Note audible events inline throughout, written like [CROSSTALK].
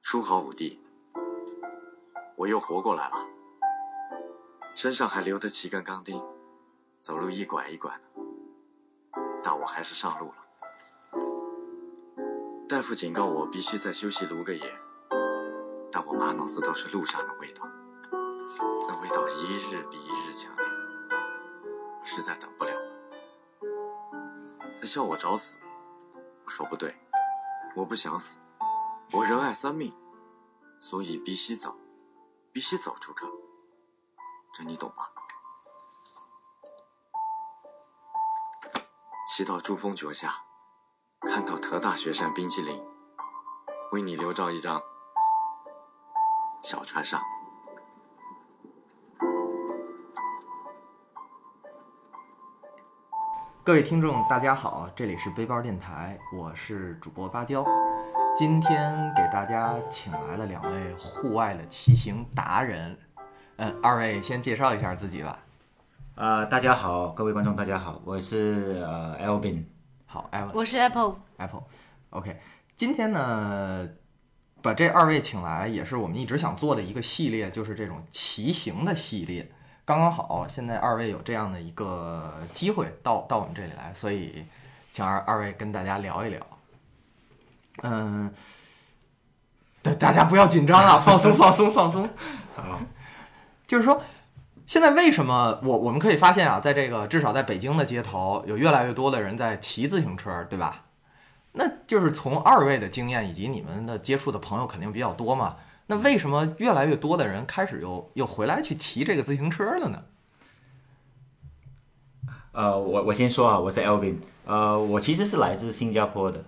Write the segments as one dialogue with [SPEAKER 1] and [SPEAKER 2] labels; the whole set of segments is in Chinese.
[SPEAKER 1] 叔和五弟，我又活过来了，身上还留得七根钢钉，走路一拐一拐的。但我还是上路了。大夫警告我必须再休息撸个夜，但我满脑子都是路上的味道，那味道一日比一日强烈，我实在等不了了。他笑我找死，我说不对，我不想死，我仁爱三命，所以必须走，必须走出口。这你懂吗？骑到珠峰脚下，看到特大雪山冰淇淋，为你留照一张。小船上，
[SPEAKER 2] 各位听众，大家好，这里是背包电台，我是主播芭蕉。今天给大家请来了两位户外的骑行达人，嗯，二位先介绍一下自己吧。
[SPEAKER 3] 呃，大家好，各位观众，大家好，我是呃 Elvin。
[SPEAKER 2] 好，Apple
[SPEAKER 4] 我是 Apple，
[SPEAKER 2] Apple，OK，、今天呢，把这二位请来，也是我们一直想做的一个系列，就是这种骑行的系列。刚刚好，现在二位有这样的一个机会到到我们这里来，所以请二二位跟大家聊一聊。嗯，大大家不要紧张啊，放松放松放松。
[SPEAKER 3] 好，
[SPEAKER 2] 就是说，现在为什么我我们可以发现啊，在这个至少在北京的街头，有越来越多的人在骑自行车，对吧？那就是从二位的经验以及你们的接触的朋友肯定比较多嘛。那为什么越来越多的人开始又又回来去骑这个自行车了呢？
[SPEAKER 3] 呃，我我先说啊，我是 Elvin。呃，我其实是来自新加坡的。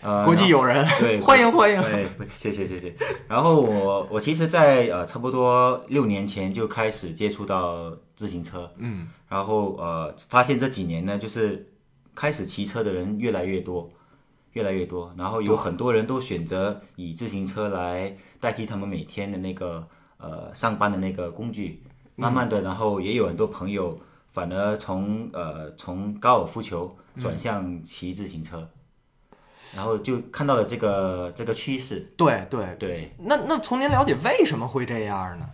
[SPEAKER 3] 呃，
[SPEAKER 2] 国际友人，[LAUGHS]
[SPEAKER 3] 对
[SPEAKER 2] 欢迎欢迎。
[SPEAKER 3] 对，谢谢谢谢。然后我我其实在，呃差不多六年前就开始接触到自行车，
[SPEAKER 2] 嗯，
[SPEAKER 3] 然后呃发现这几年呢，就是开始骑车的人越来越多，越来越多，然后有很多人都选择以自行车来代替他们每天的那个呃上班的那个工具。慢慢的，然后也有很多朋友反而从呃从高尔夫球转向骑自行车。然后就看到了这个这个趋势。
[SPEAKER 2] 对对。
[SPEAKER 3] 对，
[SPEAKER 2] 那那从您了解为什么会这样呢？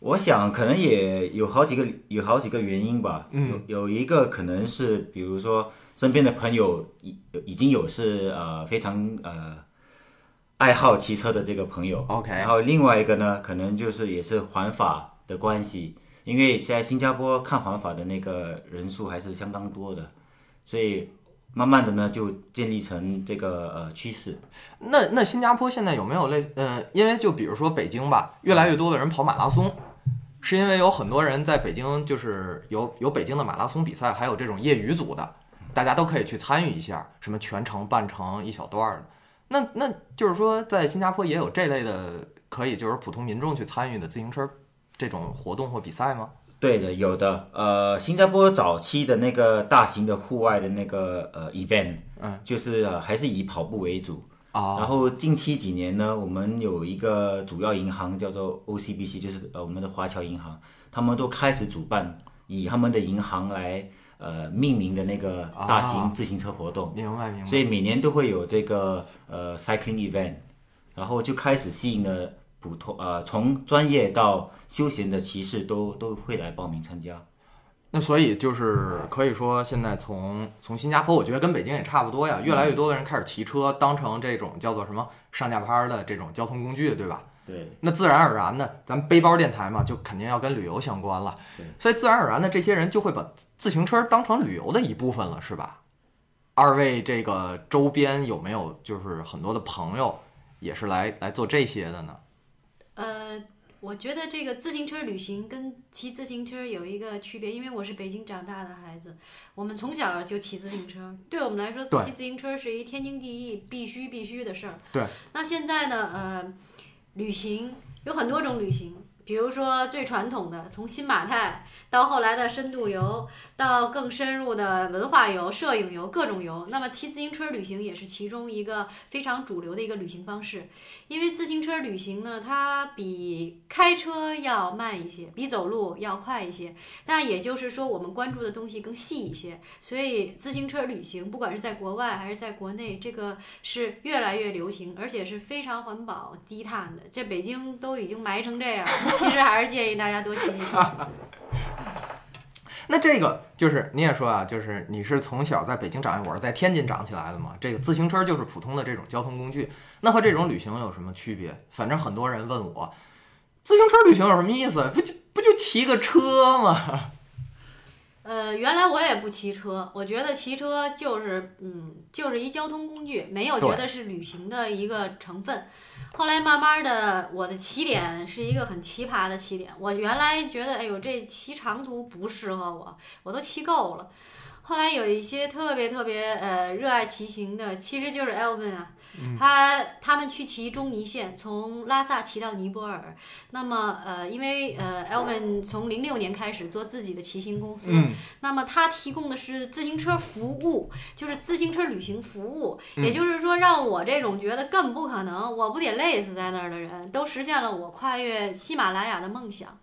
[SPEAKER 3] 我想可能也有好几个有好几个原因吧。嗯，有有一个可能是，比如说身边的朋友已已经有是呃非常呃爱好骑车的这个朋友。
[SPEAKER 2] OK
[SPEAKER 3] 然后另外一个呢，可能就是也是环法的关系，因为在新加坡看环法的那个人数还是相当多的，所以慢慢的呢就建立成这个呃趋势。
[SPEAKER 2] 那那新加坡现在有没有类呃，因为就比如说北京吧，越来越多的人跑马拉松，是因为有很多人在北京，就是有有北京的马拉松比赛，还有这种业余组的，大家都可以去参与一下，什么全程、半程、一小段儿的。那那就是说，在新加坡也有这类的可以就是普通民众去参与的自行车这种活动或比赛吗？
[SPEAKER 3] 对的，有的。呃，新加坡早期的那个大型的户外的那个呃 event，
[SPEAKER 2] 嗯，
[SPEAKER 3] 就是、呃、还是以跑步为主。然
[SPEAKER 2] 啊，
[SPEAKER 3] 后近期几年呢，我们有一个主要银行叫做 OCBC，就是呃我们的华侨银行，他们都开始主办以他们的银行来呃命名的那个大
[SPEAKER 2] 啊
[SPEAKER 3] 型自行车活动。
[SPEAKER 2] 明白明白。
[SPEAKER 3] 所以每年都会有这个呃 cycling event，然后就开始吸引了普通呃从专业到休闲的骑士都都会来报名参加。
[SPEAKER 2] 那所以就是可以说，现在从从新加坡，我觉得跟北京也差不多呀，越
[SPEAKER 3] 嗯
[SPEAKER 2] 来越多的人开始骑车当成这种叫做什么上下班的这种交通工具，对吧？
[SPEAKER 3] 对，
[SPEAKER 2] 那自然而然的，咱们背包电台嘛，就肯定要跟旅游相关了
[SPEAKER 3] 对，
[SPEAKER 2] 所以自然而然的，这些人就会把自自行车当成旅游的一部分了，是吧？二位这个周边有没有就是很多的朋友也是来来做这些的呢？
[SPEAKER 4] 呃，我觉得这个自行车旅行跟骑自行车有一个区别，因为我是北京长大的孩子，我们从小就骑自行车，对我们来说，
[SPEAKER 2] 对
[SPEAKER 4] 骑自行车是一天经地义、必须必须的事儿。
[SPEAKER 2] 对。
[SPEAKER 4] 那现在呢？呃，旅行有很多种旅行，比如说最传统的，从新马泰到后来的深度游，到更深入的文化游、摄影游、各种游。那么骑自行车旅行也是其中一个非常主流的一个旅行方式，因为自行车旅行呢，它比开车要慢一些，比走路要快一些。那也就是说，我们关注的东西更细一些。所以自行车旅行，不管是在国外还是在国内，这个是越来越流行，而且是非常环保、低碳的。这北京都已经埋成这样，其实还是建议大家多骑骑车。
[SPEAKER 2] 那这个就是你也说啊，就是你是从小在北京长，我是在天津长起来的嘛。这个自行车就是普通的这种交通工具，那和这种旅行有什么区别？反正很多人问我，自行车旅行有什么意思？不就不就骑个车吗？
[SPEAKER 4] 呃，原来我也不骑车，我觉得骑车就是，嗯，就是一交通工具，没有
[SPEAKER 2] 对
[SPEAKER 4] 觉得是旅行的一个成分。后来慢慢的，我的起点是一个很奇葩的起点。我原来觉得，哎呦，这骑长途不适合我，我都骑够了。后来有一些特别特别呃热爱骑行的，其实就是 Elvin 啊，他他们去骑中尼线，从拉萨骑到尼泊尔。那么呃，因为呃 Elvin 从零六年开始做自己的骑行公司，
[SPEAKER 3] 嗯
[SPEAKER 4] 那么它提供的是自行车服务，就是自行车旅行服务，也就是说，让我这种觉得更不可能，我不得累死在那儿的人，都实现了我跨越喜马拉雅的梦想。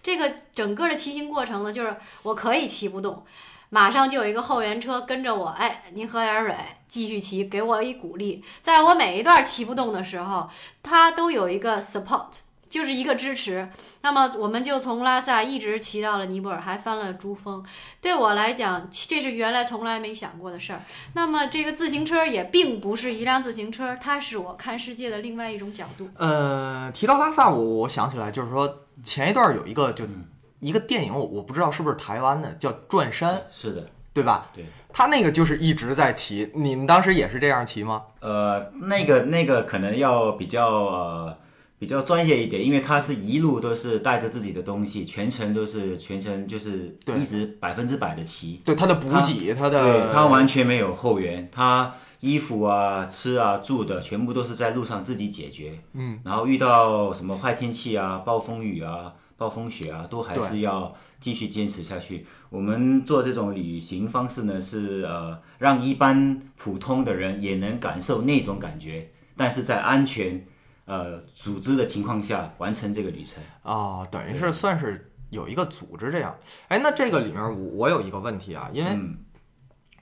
[SPEAKER 4] 这个整个的骑行过程呢，就是我可以骑不动，马上就有一个后援车跟着我，哎，您喝点水，继续骑，给我一鼓励。在我每一段骑不动的时候，它都有一个 support，就是一个支持。那么我们就从拉萨一直骑到了尼泊尔，还翻了珠峰。对我来讲，其这是原来从来没想过的事儿。那么这个自行车也并不是一辆自行车，它是我看世界的另外一种角度。
[SPEAKER 2] 呃，提到拉萨，我我想起来，就是说前一段有一个就
[SPEAKER 3] 嗯
[SPEAKER 2] 一个电影，我我不知道是不是台湾的，叫《转山》，
[SPEAKER 3] 是的，
[SPEAKER 2] 对吧？
[SPEAKER 3] 对。
[SPEAKER 2] 他那个就是一直在骑，你们当时也是这样骑吗？
[SPEAKER 3] 呃，那个那个可能要比较呃比较专业一点，因为他是一路都是带着自己的东西，全程都是全程就是
[SPEAKER 2] 对
[SPEAKER 3] 一直百分之百的骑，
[SPEAKER 2] 对，他的补给，他的
[SPEAKER 3] 对他完全没有后援，他衣服啊、吃啊、住的全部都是在路上自己解决，嗯，然后遇到什么坏天气啊、暴风雨啊、暴风雪啊，都还是要继续坚持下去。我们做这种旅行方式呢，是呃让一般普通的人也能感受那种感觉，但是在安全呃组织的情况下完成这个旅程。
[SPEAKER 2] 哦，等于是算是有一个组织这样。哎，那这个里面我我有一个问题啊，因为、
[SPEAKER 3] 嗯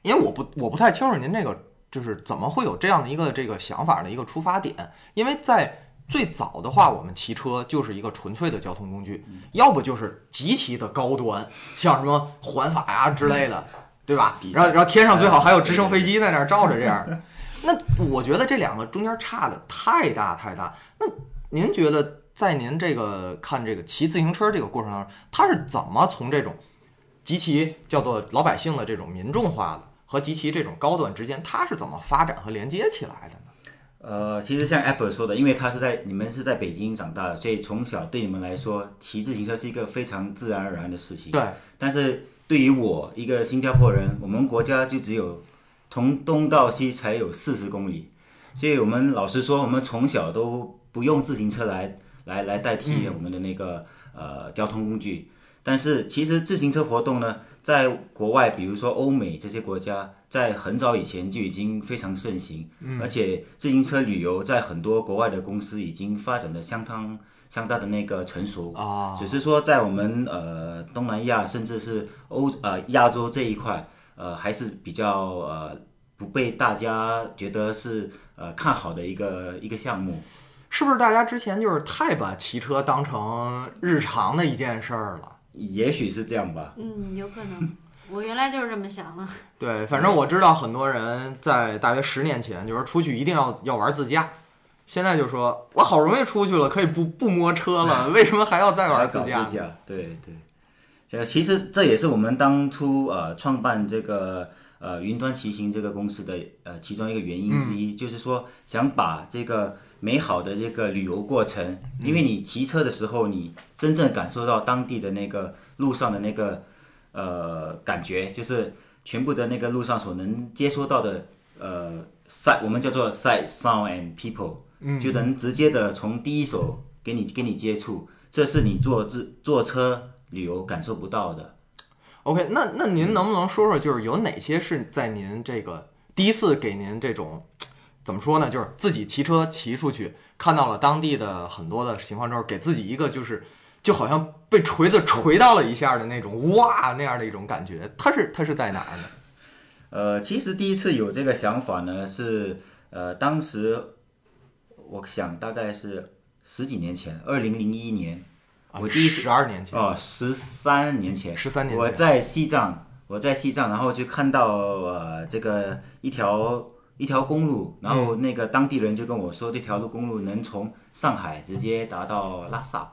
[SPEAKER 2] 因为我不我不太清楚您这个就是怎么会有这样的一个这个想法的一个出发点，因为在。最早的话，我们骑车就是一个纯粹的交通工具，
[SPEAKER 3] 嗯
[SPEAKER 2] 要不就是极其的高端，像什么环法呀、之类的，对吧？
[SPEAKER 3] 嗯比赛哎
[SPEAKER 2] 然后然后天上最好还有直升飞机在那儿照着这
[SPEAKER 3] [LAUGHS]
[SPEAKER 2] 样的。那我觉得这两个中间差的太大太大。那您觉得在您这个看这个骑自行车这个过程当中，它是怎么从这种极其叫做老百姓的这种民众化的和极其这种高端之间，它是怎么发展和连接起来的呢？
[SPEAKER 3] 呃，其实像 Apple 说的，因为他是在你们是在北京长大的，所以从小对你们来说，骑自行车是一个非常自然而然的事情。
[SPEAKER 2] 对，
[SPEAKER 3] 但是对于我一个新加坡人，我们国家就只有从东到西才有四十公里，所以我们老实说，我们从小都不用自行车来来来代替我们的那个、呃交通工具。但是其实自行车活动呢，在国外，比如说欧美这些国家，在很早以前就已经非常盛行，而且自行车旅游在很多国外的公司已经发展的相当相当的那个成熟
[SPEAKER 2] 啊
[SPEAKER 3] 只是说在我们呃东南亚甚至是欧呃亚洲这一块，呃还是比较呃不被大家觉得是呃看好的一个一个项目。
[SPEAKER 2] 是不是大家之前就是太把骑车当成日常的一件事儿了？
[SPEAKER 3] 也许是这样吧，
[SPEAKER 4] 嗯，有可能，我原来就是这么想的。
[SPEAKER 2] 对，反正我知道很多人在大约十年前就是出去一定要要玩自驾，现在就说我好容易出去了，可以不不摸车了，为什么还要再玩自驾
[SPEAKER 3] 搞
[SPEAKER 2] 呢？
[SPEAKER 3] 自驾，对对。这其实这也是我们当初呃创办这个呃云端骑行这个公司的呃其中一个原因之一，就是说想把这个美好的这个旅游过程，因为你骑车的时候，你真正感受到当地的那个路上的那个呃感觉，就是全部的那个路上所能接收到的呃 sight，我们叫做 sight sound and people，、就能直接的从第一手给你给你接触，这是你坐自坐车旅游感受不到的。
[SPEAKER 2] OK，那那您能不能说说，就是有哪些是在您这个第一次给您这种怎么说呢，就是自己骑车骑出去，看到了当地的很多的情况之后，给自己一个就是就好像被锤子锤到了一下的那种哇那样的一种感觉，它是它是在哪儿呢？
[SPEAKER 3] 呃，其实第一次有这个想法呢，是呃，当时我想大概是十几年前，二零零一年，我第一次
[SPEAKER 2] 啊十二年前，
[SPEAKER 3] 哦，十三年前，
[SPEAKER 2] 13年前
[SPEAKER 3] 我在西藏，我在西藏，然后就看到呃这个一条一条公路，然
[SPEAKER 2] 嗯
[SPEAKER 3] 后那个当地人就跟我说，这条路公路能从上海直接达到拉萨，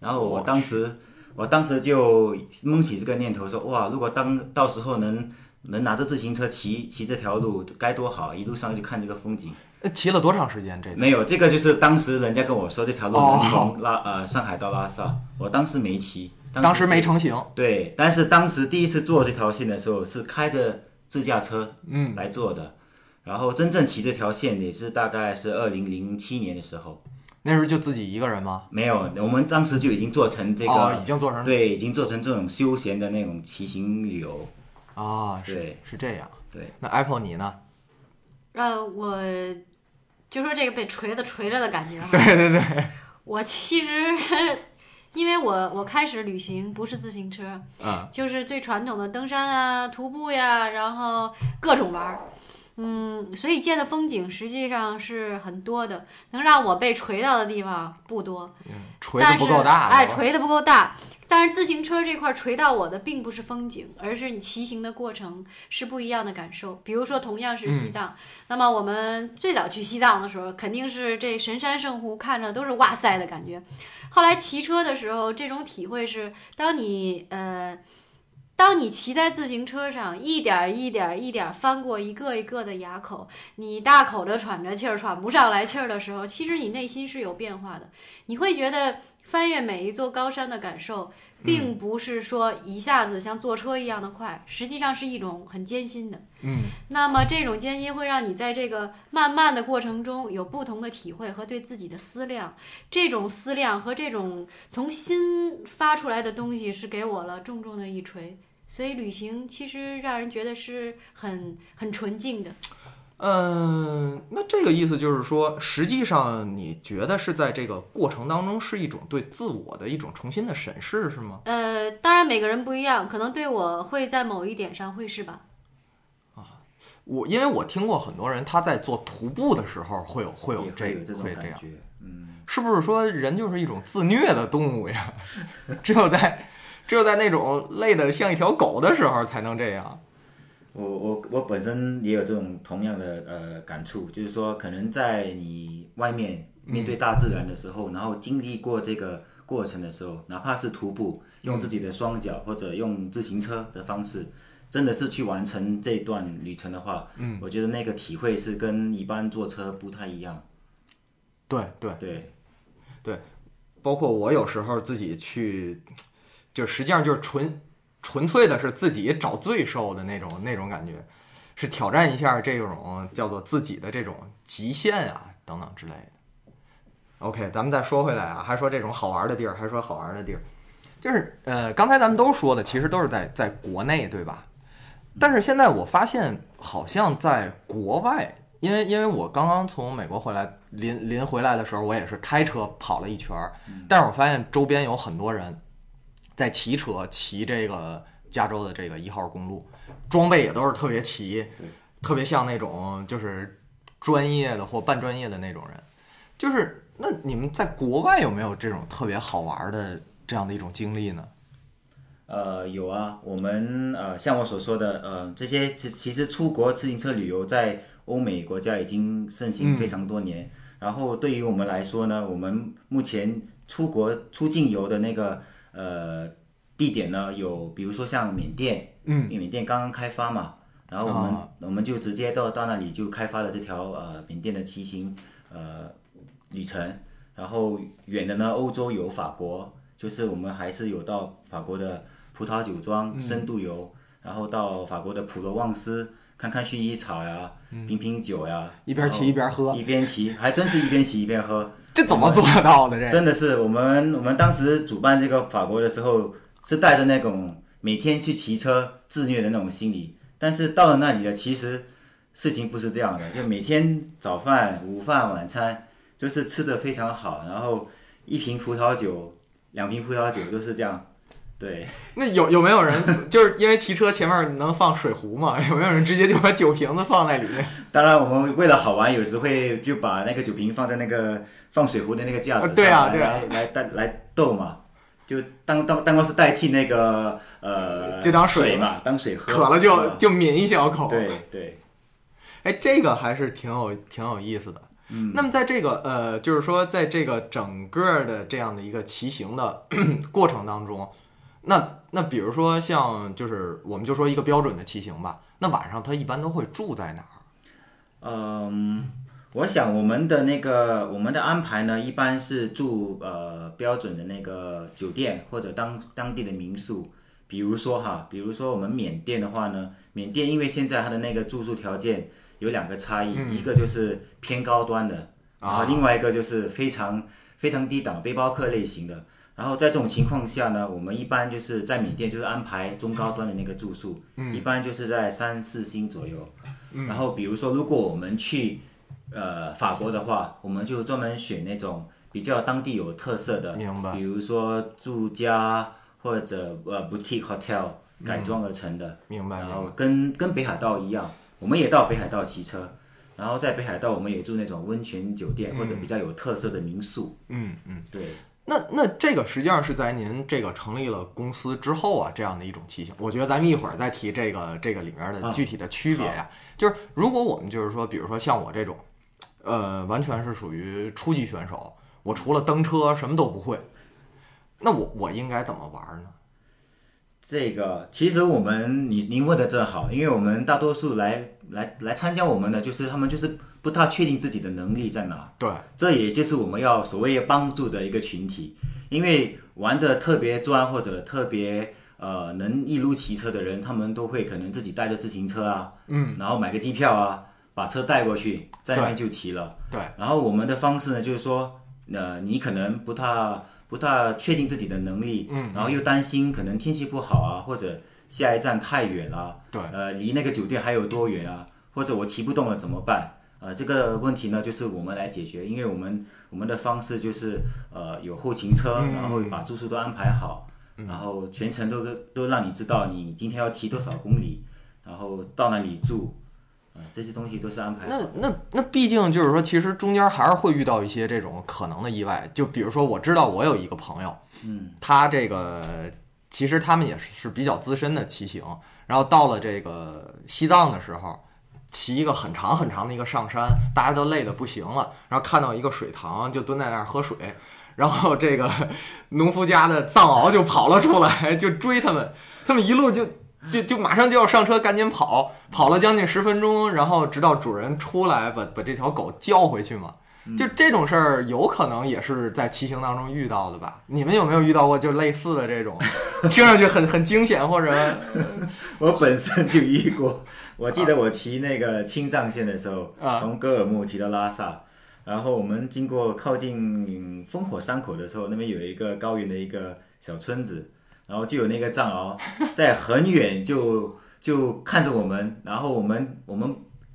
[SPEAKER 3] 然后
[SPEAKER 2] 我
[SPEAKER 3] 我
[SPEAKER 2] 去
[SPEAKER 3] 当时我当时就蒙起这个念头说，哇，如果当到时候能能拿着自行车骑骑这条路该多好，一路上就看这个风景。
[SPEAKER 2] 那骑了多长时间？这
[SPEAKER 3] 没有，这个就是当时人家跟我说这条路
[SPEAKER 2] 嗯哦
[SPEAKER 3] 能从拉、呃上海到拉萨，我当时没骑，
[SPEAKER 2] 当时
[SPEAKER 3] 是
[SPEAKER 2] 没成型，
[SPEAKER 3] 对，但是当时第一次坐这条线的时候是开着自驾车嗯来坐的，然后真正骑这条线也是大概是二零零七年的时候，
[SPEAKER 2] 那时候就自己一个人吗？
[SPEAKER 3] 没有，我们当时就已经做成这个，
[SPEAKER 2] 哦，已经做成
[SPEAKER 3] 对，已经做成这种休闲的那种骑行旅游，
[SPEAKER 2] 啊，是
[SPEAKER 3] 对
[SPEAKER 2] 是这样。
[SPEAKER 3] 对，
[SPEAKER 2] 那 Apple 你呢？
[SPEAKER 4] 呃，我就说这个被锤子锤着的感
[SPEAKER 2] [LAUGHS]
[SPEAKER 4] 觉哈。对对对，我其实因为我我开始旅行不是自行车，
[SPEAKER 2] 嗯，
[SPEAKER 4] 就是最传统的登山啊、徒步呀、然后各种玩儿。嗯，所以见的风景实际上是很多的，能让我被锤到的地方不多。
[SPEAKER 2] 嗯锤
[SPEAKER 4] 但
[SPEAKER 2] 子
[SPEAKER 4] 是
[SPEAKER 2] 不够大，
[SPEAKER 4] 哎，
[SPEAKER 2] 是吧
[SPEAKER 4] 锤的不够大。但是自行车这块锤到我的并不是风景，而是你骑行的过程是不一样的感受。比如说，同样是西藏，那么我们最早去西藏的时候，肯定是这神山圣湖看着都是哇塞的感觉。后来骑车的时候，这种体会是，当你呃，当你骑在自行车上，一点儿一点儿一点儿翻过一个一个的垭口，你大口着喘着气儿，喘不上来气儿的时候，其实你内心是有变化的，你会觉得。翻越每一座高山的感受，并不是说一下子像坐车一样的快，实际上是一种很艰辛的。
[SPEAKER 2] 嗯，
[SPEAKER 4] 那么这种艰辛会让你在这个慢慢的过程中有不同的体会和对自己的思量，这种思量和这种从心发出来的东西是给我了重重的一锤。所以旅行其实让人觉得是很很纯净的。
[SPEAKER 2] 嗯，那这个意思就是说，实际上你觉得是在这个过程当中是一种对自我的一种重新的审视，是吗？
[SPEAKER 4] 呃，当然每个人不一样，可能对我会在某一点上会是吧？
[SPEAKER 2] 我因为我听过很多人他在做徒步的时候会有会哦有
[SPEAKER 3] 也
[SPEAKER 2] 这
[SPEAKER 3] 有这种
[SPEAKER 2] 会这
[SPEAKER 3] 感
[SPEAKER 2] 样，
[SPEAKER 3] 觉，嗯，
[SPEAKER 2] 是不是说人就是一种自虐的动物呀？ [LAUGHS] 只有在只有在那种累得像一条狗的时候才能这样。
[SPEAKER 3] 我我我本身也有这种同样的呃感触，就是说，可能在你外面面对大自然的时候，然后经历过这个过程的时候，哪怕是徒步，用自己的双脚或者用自行车的方式，真的是去完成这段旅程的话，嗯，我觉得那个体会是跟一般坐车不太一样。
[SPEAKER 2] 对对，
[SPEAKER 3] 对，
[SPEAKER 2] 包括我有时候自己去，就实际上就是纯纯粹的是自己找罪受的那种那种感觉，是挑战一下这种叫做自己的这种极限啊等等之类的。OK，咱们再说回来啊，还说这种好玩的地儿，还说好玩的地儿，就是呃，刚才咱们都说的，其实都是在在国内，对吧？但是现在我发现，好像在国外，因为因为我刚刚从美国回来，临临回来的时候，我也是开车跑了一圈儿，但是我发现周边有很多人在骑车，骑这个加州的这个一号公路，装备也都是特别齐，特别像那种就是专业的或半专业的那种人。就是那你们在国外有没有这种特别好玩的这样的一种经历呢？
[SPEAKER 3] 呃，有啊，我们呃，像我所说的，呃，这些其其实出国自行车旅游在欧美国家已经盛行非常多年。然后对于我们来说呢，我们目前出国出境游的那个呃地点呢，有比如说像缅甸，嗯，因为缅甸刚刚开发嘛，然后我们、
[SPEAKER 2] 啊
[SPEAKER 3] 我们就直接到到那里就开发了这条呃缅甸的骑行呃旅程。然后远的呢，欧洲有法国，就是我们还是有
[SPEAKER 2] 嗯
[SPEAKER 3] 到法国的葡萄酒庄深度游，然后到法国的普罗旺斯，看看薰衣草呀，品品酒呀，
[SPEAKER 2] 嗯一边骑一边喝
[SPEAKER 3] 一边骑，还真是一边骑一边喝。
[SPEAKER 2] 这怎么做到的？这
[SPEAKER 3] 真的是我们我们当时主办这个法国的时候，是带着那种每天去骑车自虐的那种心理，但是到了那里呢，其实事情不是这样的，就每天早饭、午饭、晚餐就是吃的非常好，然后一瓶葡萄酒、两瓶葡萄酒都是这样，对，
[SPEAKER 2] 那有有没有人就是因为骑车前面能放水壶嘛？有没有人直接就把酒瓶子放在里面？
[SPEAKER 3] 当然，我们为了好玩，有时会就把那个酒瓶放在那个放水壶的那个架子
[SPEAKER 2] 啊
[SPEAKER 3] 上，
[SPEAKER 2] 对啊
[SPEAKER 3] 来
[SPEAKER 2] 对啊
[SPEAKER 3] 来来带来逗嘛，就当当当光是代替那个呃，
[SPEAKER 2] 就当水
[SPEAKER 3] 水嘛，当水喝，
[SPEAKER 2] 渴了
[SPEAKER 3] 是
[SPEAKER 2] 就
[SPEAKER 3] 吧
[SPEAKER 2] 就抿一小口。
[SPEAKER 3] 对对，
[SPEAKER 2] 哎，这个还是挺有挺有意思的。嗯，那么在这个呃，就是说，在这个整个的这样的一个骑行的 [CLEARS THROAT] 过程当中，那那比如说像就是我们就说一个标准的骑行吧，那晚上他一般都会住在哪儿？
[SPEAKER 3] 嗯，我想我们的那个我们的安排呢，一般是住呃标准的那个酒店或者当当地的民宿。比如说哈，比如说我们缅甸的话呢，缅甸因为现在它的那个住宿条件有两个差异，
[SPEAKER 2] 嗯
[SPEAKER 3] 一个就是偏高端的，
[SPEAKER 2] 啊
[SPEAKER 3] 然后另外一个就是非常非常低档背包客类型的。然后在这种情况下呢，我们一般就是在缅甸就是安排中高端的那个住宿，
[SPEAKER 2] 嗯
[SPEAKER 3] 一般就是在三四星左右。然后比如说，如果我们去呃法国的话，我们就专门选那种比较当地有特色的，
[SPEAKER 2] 明白
[SPEAKER 3] 比如说住家或者呃 boutique hotel 改装而成的，
[SPEAKER 2] 明白
[SPEAKER 3] 然
[SPEAKER 2] 明
[SPEAKER 3] 后
[SPEAKER 2] 白。
[SPEAKER 3] 跟跟北海道一样，我们也到北海道骑车，然后在北海道我们也住那种温泉酒店、或者比较有特色的民宿，
[SPEAKER 2] 嗯嗯。
[SPEAKER 3] 对。
[SPEAKER 2] 那那这个实际上是在您这个成立了公司之后啊，这样的一种骑行，我觉得咱们一会儿再提这个这个里面的
[SPEAKER 3] 啊
[SPEAKER 2] 具体的区别呀、就是如果我们就是说，比如说像我这种，呃，完全是属于初级选手，我除了蹬车什么都不会，那我我应该怎么玩呢？
[SPEAKER 3] 这个其实我们你您问的正好，因为我们大多数来来来参加我们的，就是他们就是不大确定自己的能力在哪，
[SPEAKER 2] 对，
[SPEAKER 3] 这也就是我们要所谓帮助的一个群体，因为玩的特别专或者特别呃能一路骑车的人，他们都会可能自己带着自行车啊，嗯，然后买个机票啊，把车带过去，在那边就骑了。
[SPEAKER 2] 对，
[SPEAKER 3] 然后我们的方式呢，就是说，呃，你可能不太不太确定自己的能力，嗯，然后又担心可能天气不好啊，或者下一站太远了、
[SPEAKER 2] 对
[SPEAKER 3] 呃，离那个酒店还有多远啊？或者我骑不动了怎么办？呃，这个问题呢，就是我们来解决，因为我们我们的方式就是呃有后勤车，然后把住宿都安排好，然后全程都都让你知道你今天要骑多少公里，然后到哪里住，呃，这些东西都是安排好
[SPEAKER 2] 那
[SPEAKER 3] 的。
[SPEAKER 2] 那那毕竟就是说，其实中间还是会遇到一些这种可能的意外。就比如说，我知道我有一个朋友，嗯，他这个其实他们也是比较资深的骑行，然后到了这个西藏的时候，骑一个很长很长的一个上山，大家都累得不行了，然后看到一个水塘就蹲在那儿喝水，然后这个 [LAUGHS] 农夫家的藏獒就跑了出来，就追他们，他们一路就就就马上就要上车，赶紧跑，跑了将近十分钟，然后直到主人出来把把这条狗叫回去嘛。
[SPEAKER 3] 嗯
[SPEAKER 2] 就这种事儿，有可能也是在骑行当中遇到的吧？你们有没有遇到过就类似的这种， [LAUGHS] 听上去很很惊险
[SPEAKER 3] [LAUGHS]
[SPEAKER 2] 或者
[SPEAKER 3] 我本身就遇过，我记得我骑那个青藏线的时候，
[SPEAKER 2] 啊
[SPEAKER 3] 从格尔木骑到拉萨，然后我们经过靠近烽火山口的时候，那边有一个高原的一个小村子，然后就有那个藏獒在很远就就看着我们，然后我们我们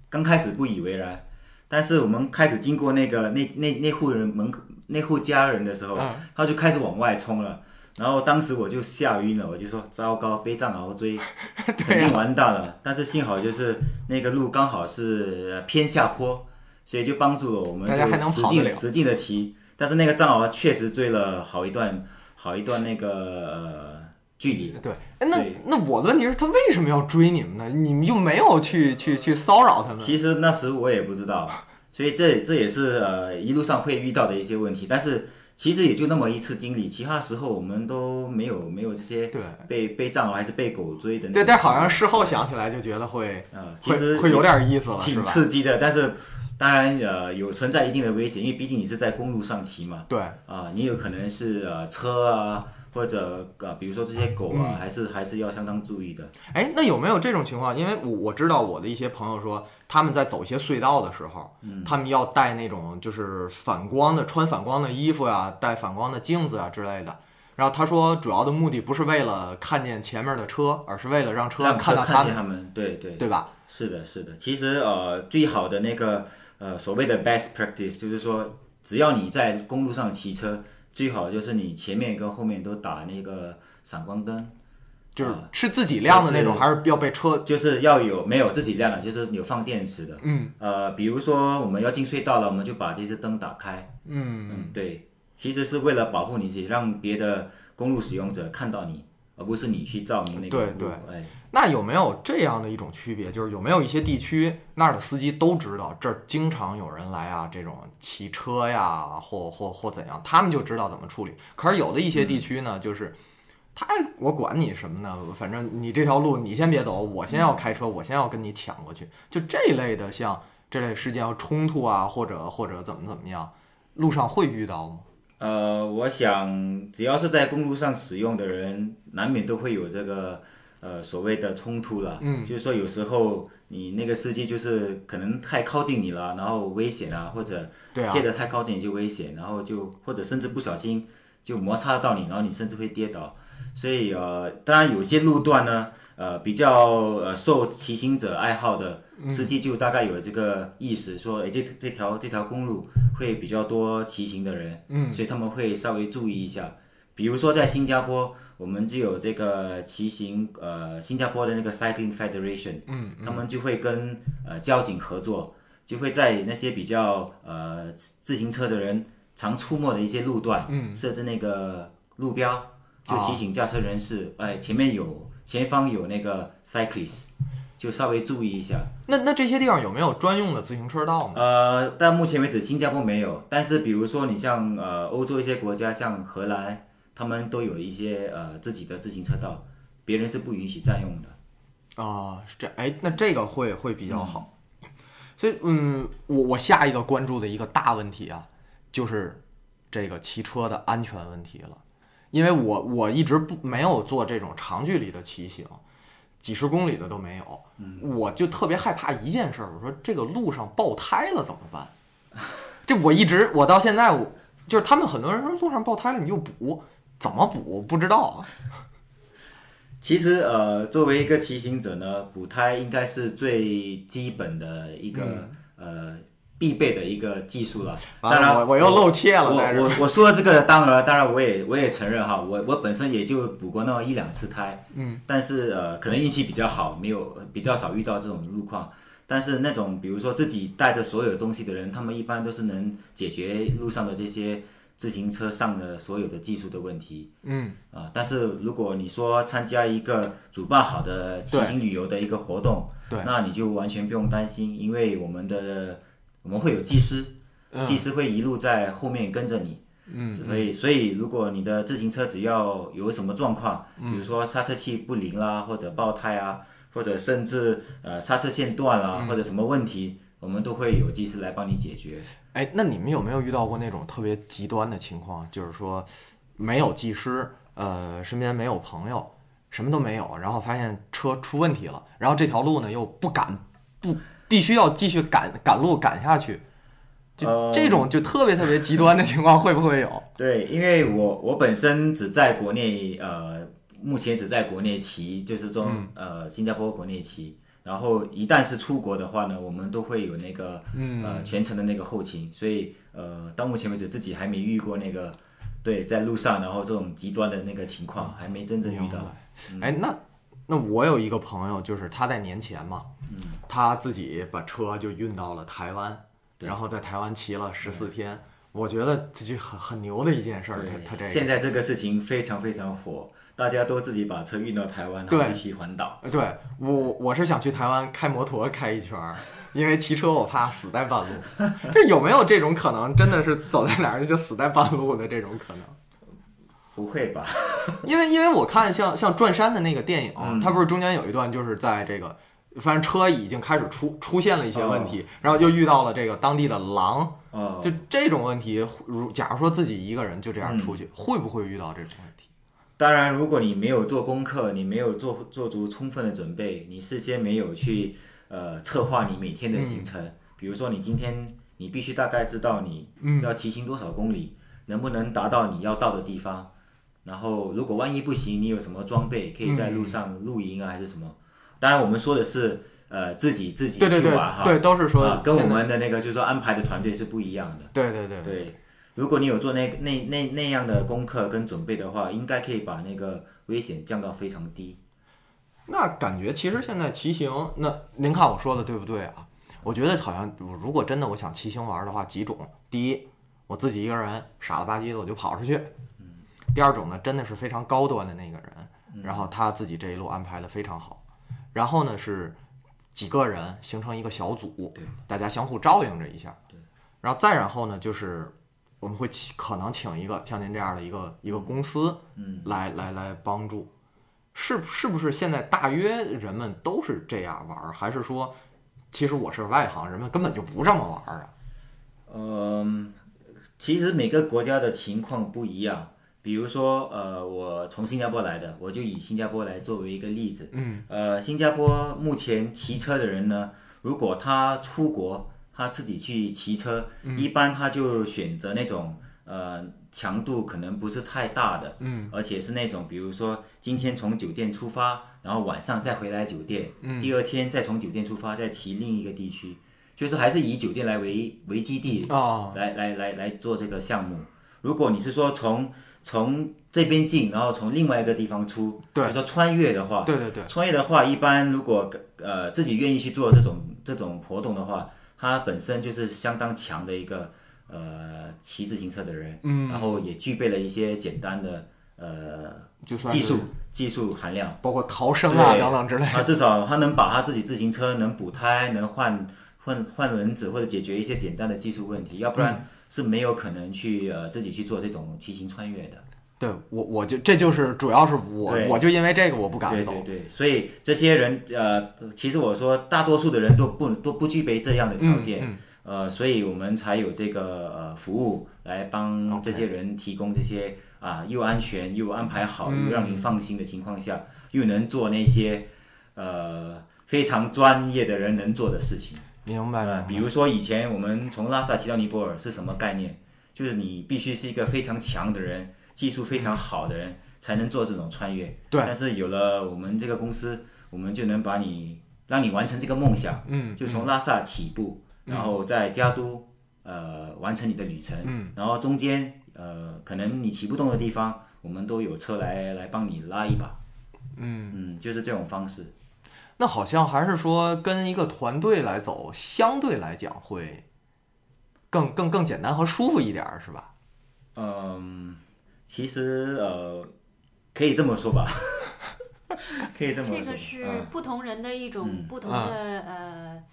[SPEAKER 3] 刚开始不以为然，但是我们开始经过那个那那那户人门口那户家人的时候
[SPEAKER 2] 嗯，
[SPEAKER 3] 他就开始往外冲了。然后当时我就吓晕了，我就说糟糕，被藏獒
[SPEAKER 2] [LAUGHS]
[SPEAKER 3] 追，
[SPEAKER 2] 啊
[SPEAKER 3] 肯定完蛋了。但是幸好就是那个路刚好是呃偏下坡，所以就帮助了我们，
[SPEAKER 2] 大家还能
[SPEAKER 3] 就使
[SPEAKER 2] 跑得了
[SPEAKER 3] 劲使劲的骑。但是那个藏獒啊确实追了好一段好一段那个呃距离，
[SPEAKER 2] 对？哎，那
[SPEAKER 3] 对
[SPEAKER 2] 那我的问题是，他为什么要追你们呢？你们又没有去去去骚扰他们？
[SPEAKER 3] 其实那时我也不知道，所以这这也是呃一路上会遇到的一些问题，但是其实也就那么一次经历，其他时候我们都没有没有这些
[SPEAKER 2] 对
[SPEAKER 3] 被被藏獒还是被狗追的那种
[SPEAKER 2] 对，但好像事后想起来就觉得会
[SPEAKER 3] 呃其实
[SPEAKER 2] 会会有点意思了，是
[SPEAKER 3] 挺
[SPEAKER 2] 吧？
[SPEAKER 3] 刺激的，但是当然呃有存在一定的危险，因为毕竟你是在公路上骑嘛，
[SPEAKER 2] 对，
[SPEAKER 3] 啊、你有可能是呃车啊。或者呃，比如说这些狗
[SPEAKER 2] 嗯
[SPEAKER 3] 啊，还是还是要相当注意的。
[SPEAKER 2] 哎，那有没有这种情况？因为我我知道我的一些朋友说，他们在走一些隧道的时候，
[SPEAKER 3] 嗯
[SPEAKER 2] 他们要带那种就是反光的，穿反光的衣服呀、带反光的镜子啊之类的。然后他说，主要的目的不是为了看见前面的车，而是为了让车
[SPEAKER 3] 让
[SPEAKER 2] 看
[SPEAKER 3] 车
[SPEAKER 2] 到
[SPEAKER 3] 看
[SPEAKER 2] 他
[SPEAKER 3] 见
[SPEAKER 2] 们，
[SPEAKER 3] 他们，对对
[SPEAKER 2] 对吧？
[SPEAKER 3] 是的，是的。其实呃，最好的那个呃所谓的 best practice 就是说，只要你在公路上骑车，最好就是你前面跟后面都打那个闪光灯，
[SPEAKER 2] 就是
[SPEAKER 3] 啊
[SPEAKER 2] 是自己亮的那种，
[SPEAKER 3] 就是
[SPEAKER 2] 还是要被车？
[SPEAKER 3] 就是要有没有自己亮的，就是有放电池的。
[SPEAKER 2] 嗯
[SPEAKER 3] 呃，比如说我们要进隧道了，我们就把这些灯打开。
[SPEAKER 2] 嗯，
[SPEAKER 3] 嗯，对，其实是为了保护你自己，让别的公路使用者看到你，而不是你去照明那个
[SPEAKER 2] 对
[SPEAKER 3] 公路
[SPEAKER 2] 对
[SPEAKER 3] 哎，
[SPEAKER 2] 那有没有这样的一种区别？就是有没有一些地区那儿的司机都知道这儿经常有人来啊，这种骑车呀，或或或怎样，他们就知道怎么处理。可是有的一些地区呢，就是他哎我管你什么呢？反正你这条路你先别走，我先要开车，我先要跟你抢过去。就这类的，像这类事件要冲突啊，或者或者怎么怎么样，路上会遇到吗？
[SPEAKER 3] 呃，我想只要是在公路上使用的人，难免都会有这个呃所谓的冲突啦。嗯，就是说有时候你那个司机就是可能太靠近你了，然后危险啊，或者
[SPEAKER 2] 对啊
[SPEAKER 3] 贴得太靠近你就危险，然后就或者甚至不小心就摩擦到你，然后你甚至会跌倒。所以呃，当然有些路段呢，呃，比较呃受骑行者爱好的
[SPEAKER 2] 嗯
[SPEAKER 3] 司机就大概有这个意识，说，哎，这这条这条公路会比较多骑行的人，嗯，所以他们会稍微注意一下。比如说在新加坡，我们就有这个骑行，呃，新加坡的那个 Cycling Federation，嗯，他们就会跟呃交警合作，就会在那些比较呃自行车的人常出没的一些路段，嗯，哦设置那个路标，就提醒驾车人士，哎，前面有前方有那个 cyclist，就稍微注意一下。
[SPEAKER 2] 那那这些地方有没有专用的自行车道呢？
[SPEAKER 3] 呃，但目前为止新加坡没有，但是比如说你像呃欧洲一些国家，像荷兰，他们都有一些呃自己的自行车道，别人是不允许占用的。
[SPEAKER 2] 啊，是这哎，那这个会会比
[SPEAKER 3] 嗯
[SPEAKER 2] 较好。所以，嗯，我我下一个关注的一个大问题啊，就是这个骑车的安全问题了。因为我我一直不没有做这种长距离的骑行，几十公里的都没有，
[SPEAKER 3] 嗯
[SPEAKER 2] 我就特别害怕一件事儿，我说这个路上爆胎了怎么办？这我一直我到现在我就是他们很多人说路上爆胎了你就补，怎么补不知道啊，
[SPEAKER 3] 其实呃，作为一个骑行者呢，补胎应该是最基本的一个、呃必备的一个技术了。
[SPEAKER 2] 嗯完了
[SPEAKER 3] 当然，
[SPEAKER 2] 我我又露怯了在这
[SPEAKER 3] 我
[SPEAKER 2] 儿
[SPEAKER 3] 我我说的这个，当然当然我也我也承认哈，我我本身也就补过那么一两次胎，嗯，但是呃，可能运气比较好，没有比较少遇到这种路况。但是那种比如说自己带着所有东西的人，他们一般都是能解决路上的这些自行车上的所有的技术的问题。
[SPEAKER 2] 嗯。
[SPEAKER 3] 啊，但是如果你说参加一个主办好的骑行旅游的一个活动，
[SPEAKER 2] 对
[SPEAKER 3] 那你就完全不用担心，因为我们的我们会有技师，
[SPEAKER 2] 嗯
[SPEAKER 3] 技师会一路在后面跟着你。嗯，所以所以如果你的自行车只要有什么状况，
[SPEAKER 2] 嗯
[SPEAKER 3] 比如说刹车器不灵啦，或者爆胎啊，或者甚至呃刹车线
[SPEAKER 2] 嗯
[SPEAKER 3] 断啦，或者什么问题，我们都会有技师来帮你解决。
[SPEAKER 2] 哎，那你们有没有遇到过那种特别极端的情况？就是说，没有技师，呃，身边没有朋友，什么都没有，然后发现车出问题了，然后这条路呢又不敢不必须要继续赶赶路赶下去，就、
[SPEAKER 3] 呃嗯
[SPEAKER 2] 这种就特别特别极端的情况会不会有？
[SPEAKER 3] 对，因为我我本身只在国内，呃，目前只在国内骑，就是说、呃新加坡国内骑。然后一旦是出国的话呢，我们都会有那个、呃全程的那个后勤，所以呃到目前为止自己还没遇过那个对在路上然后这种极端的那个情况，还没真正遇到。
[SPEAKER 2] 哎，那那我有一个朋友，就是他在年前嘛，
[SPEAKER 3] 嗯
[SPEAKER 2] 他自己把车就运到了台湾，然后在台湾骑了十四天。我觉得这就很很牛的一件事儿，
[SPEAKER 3] 对
[SPEAKER 2] 他他这个
[SPEAKER 3] 现在这个事情非常非常火，大家都自己把车运到台湾，然后
[SPEAKER 2] 对
[SPEAKER 3] 去骑环岛。
[SPEAKER 2] 呃，对我我是想去台湾开摩托开一圈儿，因为骑车我怕死在半路。这有没有这种可能？真的是走在哪儿就死在半路的这种可能？
[SPEAKER 3] 不会吧？
[SPEAKER 2] 因为因为我看像像转山的那个电影，啊
[SPEAKER 3] 嗯
[SPEAKER 2] 它不是中间有一段就是在这个，反正车已经开始出出现了一些问题，然后又遇到了这个当地的狼，
[SPEAKER 3] 哦，嗯
[SPEAKER 2] 就这种问题，如假如说自己一个人就这样出去，会不会遇到这种问题？
[SPEAKER 3] 当然，如果你没有做功课，你没有做做足充分的准备，你事先没有去呃策划你每天的行程，
[SPEAKER 2] 嗯
[SPEAKER 3] 比如说你今天你必须大概知道你
[SPEAKER 2] 嗯
[SPEAKER 3] 要骑行多少公里，能不能达到你要到的地方，然后如果万一不行，你有什么装备可以在路上露营啊，还是什么？当然，我们说的是呃自己自己
[SPEAKER 2] 对对
[SPEAKER 3] 去
[SPEAKER 2] 对
[SPEAKER 3] 玩哈，
[SPEAKER 2] 对，都是说
[SPEAKER 3] 啊跟我
[SPEAKER 2] 现在
[SPEAKER 3] 们的那个就是说安排的团队是不一样的。
[SPEAKER 2] 对对对
[SPEAKER 3] 对，如果你有做那那那那样的功课跟准备的话，应该可以把那个危险降到非常低。
[SPEAKER 2] 那感觉其实现在骑行，那您看我说的对不对啊？我觉得好像如果真的我想骑行玩的话，几种：第一，我自己一个人傻了吧唧的我就跑出去；
[SPEAKER 3] 嗯
[SPEAKER 2] 第二种呢，真的是非常高端的那个人，然后他自己这一路安排的非常好。然后呢是几个人形成一个小组
[SPEAKER 3] 对，
[SPEAKER 2] 大家相互照应着一下
[SPEAKER 3] 对。
[SPEAKER 2] 然后再然后呢，就是我们会请可能请一个像您这样的一个一个公司，
[SPEAKER 3] 嗯，
[SPEAKER 2] 来来来帮助，是不是不是现在大约人们都是这样玩儿，还是说其实我是外行，人们根本就不这么玩儿啊？
[SPEAKER 3] 嗯，其实每个国家的情况不一样。比如说，呃，我从新加坡来的，我就以新加坡来作为一个例子。
[SPEAKER 2] 嗯，
[SPEAKER 3] 呃，新加坡目前骑车的人呢，如果他出国，他自己去骑车，一般他就选择那种呃强度可能不是太大的，嗯，而且是那种比如说今天从酒店出发，然后晚上再回来酒店，嗯，第二天再从酒店出发，再骑另一个地区，就是还是以酒店来为为基地
[SPEAKER 2] 哦，
[SPEAKER 3] 来来来来做这个项目。如果你是说从从这边进，然后从另外一个地方出，
[SPEAKER 2] 对
[SPEAKER 3] 就说穿越的话，
[SPEAKER 2] 对对对，
[SPEAKER 3] 穿越的话，一般如果呃自己愿意去做这种这种活动的话，他本身就是相当强的一个呃骑自行车的人，嗯，然后也具备了一些简单的呃
[SPEAKER 2] 就算
[SPEAKER 3] 技
[SPEAKER 2] 是
[SPEAKER 3] 术技术含量。
[SPEAKER 2] 包括逃生啊
[SPEAKER 3] 对
[SPEAKER 2] 等等之类
[SPEAKER 3] 他
[SPEAKER 2] 的。
[SPEAKER 3] 至少他能把他自己自行车能补胎，能换换换轮子，或者解决一些简单的技术问题，要不
[SPEAKER 2] 嗯
[SPEAKER 3] 然是没有可能去呃自己去做这种骑行穿越的。
[SPEAKER 2] 对我我就这就是主要是我
[SPEAKER 3] 对
[SPEAKER 2] 我就因为这个我不敢
[SPEAKER 3] 对
[SPEAKER 2] 走
[SPEAKER 3] 对。对，所以这些人呃，其实我说大多数的人都不都不具备这样的条
[SPEAKER 2] 嗯
[SPEAKER 3] 件。
[SPEAKER 2] 嗯，
[SPEAKER 3] 呃，所以我们才有这个呃服务来帮
[SPEAKER 2] OK
[SPEAKER 3] 这些人提供这些啊、又安全又安排好、又
[SPEAKER 2] 嗯
[SPEAKER 3] 让你放心的情况下，又能做那些呃非常专业的人能做的事情。
[SPEAKER 2] 明白明
[SPEAKER 3] 呃
[SPEAKER 2] 白，。
[SPEAKER 3] 比如说以前我们从拉萨骑到尼泊尔是什么概念？就是你必须是一个非常强的人，技术非常好的人，才能做这种穿越。
[SPEAKER 2] 对
[SPEAKER 3] 但是有了我们这个公司，我们就能把你让你完成这个梦想。
[SPEAKER 2] 嗯，
[SPEAKER 3] 就从拉萨起步，然后在加都呃完成你的旅程。
[SPEAKER 2] 嗯，
[SPEAKER 3] 然后中间呃可能你骑不动的地方，我们都有车来来帮你拉一把。嗯嗯，就是这种方式。
[SPEAKER 2] 那好像还是说跟一个团队来走，相对来讲会更更更简单和舒服一点儿，是吧？
[SPEAKER 3] 嗯，其实呃，可以这么说吧， [LAUGHS] 可以这么嗯说。
[SPEAKER 4] 这个是
[SPEAKER 3] 嗯
[SPEAKER 4] 不同人的一种不同的、呃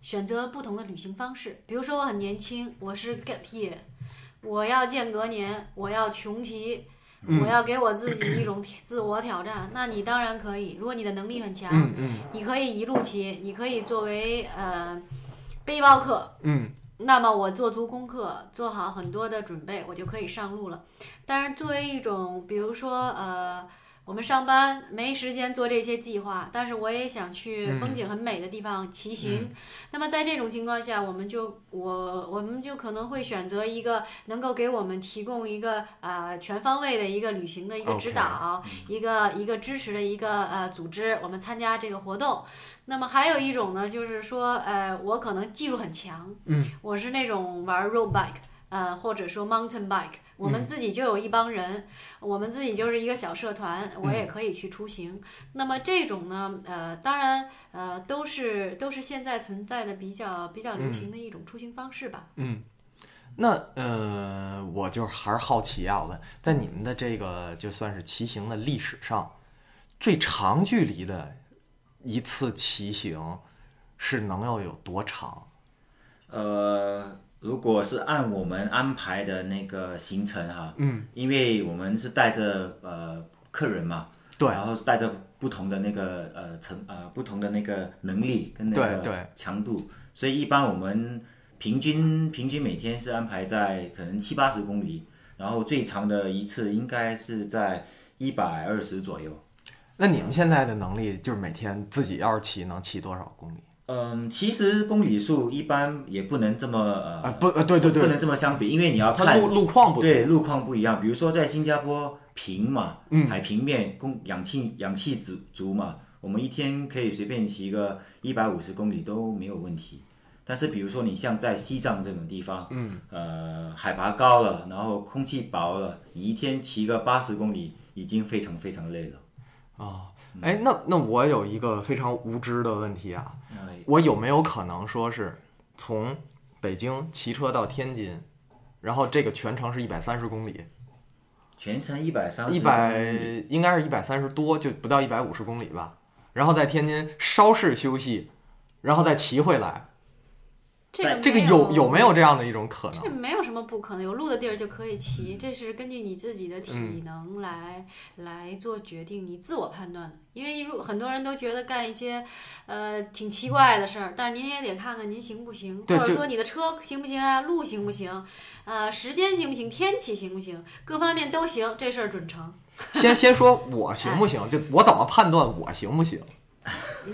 [SPEAKER 4] 选择，不同的旅行方式。比如说我很年轻，我是 gap year，我要间隔年，我要穷奇，
[SPEAKER 3] 嗯
[SPEAKER 4] 我要给我自己一种 [COUGHS] 自我挑战。那你当然可以，如果你的能力很强，
[SPEAKER 2] 嗯嗯
[SPEAKER 4] 你可以一路骑，你可以作为呃背包客，
[SPEAKER 2] 嗯，
[SPEAKER 4] 那么我做足功课，做好很多的准备，我就可以上路了。但是作为一种，比如说呃，我们上班没时间做这些计划，但是我也想去风景很美的地方骑行。
[SPEAKER 2] 嗯
[SPEAKER 4] 那么在这种情况下，我们就我我们就可能会选择一个能够给我们提供一个呃全方位的一个旅行的一个
[SPEAKER 2] OK 嗯
[SPEAKER 4] 指导一个一个支持的一个呃组织，我们参加这个活动。那么还有一种呢，就是说，呃，我可能技术很强，
[SPEAKER 2] 嗯，
[SPEAKER 4] 我是那种玩 road bike，呃，或者说 mountain bike，我
[SPEAKER 2] 嗯
[SPEAKER 4] 们自己就有一帮人，我们自己就是一个小社团，我
[SPEAKER 2] 嗯
[SPEAKER 4] 也可以去出行。那么这种呢，呃，当然，呃，都是都是现在存在的比较比
[SPEAKER 2] 嗯
[SPEAKER 4] 较流行的一种出行方式吧。
[SPEAKER 2] 那呃，我就是还是好奇啊，我问，在你们的这个就算是骑行的历史上，最长距离的一次骑行是能要有多长？
[SPEAKER 3] 呃，如果是按我们安排的那个行程哈，嗯，因为我们是带着呃客人嘛，
[SPEAKER 2] 对
[SPEAKER 3] 然后是带着不同的那个呃成呃不同的那个能力跟那
[SPEAKER 2] 对对
[SPEAKER 3] 个强度，所以一般我们平均平均每天是安排在可能七八十公里，然后最长的一次应该是在一百二十左右。
[SPEAKER 2] 那你们现在的能力就是每天自己要是骑能骑多少公里
[SPEAKER 3] 嗯，其实公里数一般也不能这么呃
[SPEAKER 2] 啊？不，呃，对对
[SPEAKER 3] 不
[SPEAKER 2] 对，
[SPEAKER 3] 能这么相比，因为你要
[SPEAKER 2] 它
[SPEAKER 3] 看
[SPEAKER 2] 路路况不同
[SPEAKER 3] 对路况不一样。比如说在新加坡平嘛，
[SPEAKER 2] 嗯
[SPEAKER 3] 海平面供氧气氧气足足嘛，我们一天可以随便骑个一百五十公里都没有问题。但是比如说你像在西藏这种地方，嗯，呃，海拔高了，然后空气薄了，你一天骑个八十公里已经非常非常累了。
[SPEAKER 2] 啊。哎，那那我有一个非常无知的问题啊，
[SPEAKER 3] 哎
[SPEAKER 2] 我有没有可能说是从北京骑车到天津，然后这个全程是一百三十公里，
[SPEAKER 3] 全程一百三
[SPEAKER 2] 一百应该是一百三十多，就不到一百五十公里吧。然后在天津稍事休息，然后再骑回来，
[SPEAKER 4] 个
[SPEAKER 2] 这个有
[SPEAKER 4] 有
[SPEAKER 2] 有没有这样的一种可
[SPEAKER 4] 这
[SPEAKER 2] 能？嗯
[SPEAKER 4] 没有什么不可能，有路的地儿就可以骑，这是根据你自己的体能来、来做决定，你自我判断的。因为如很多人都觉得干一些，呃，挺奇怪的事儿，但是您也得看看您行不行，
[SPEAKER 2] 对
[SPEAKER 4] 或者
[SPEAKER 2] 就
[SPEAKER 4] 说你的车行不行啊，路行不行，呃，时间行不行，天气行不行，各方面都行，这事儿准成。
[SPEAKER 2] 先先说我行不行？就我怎么判断我行不行？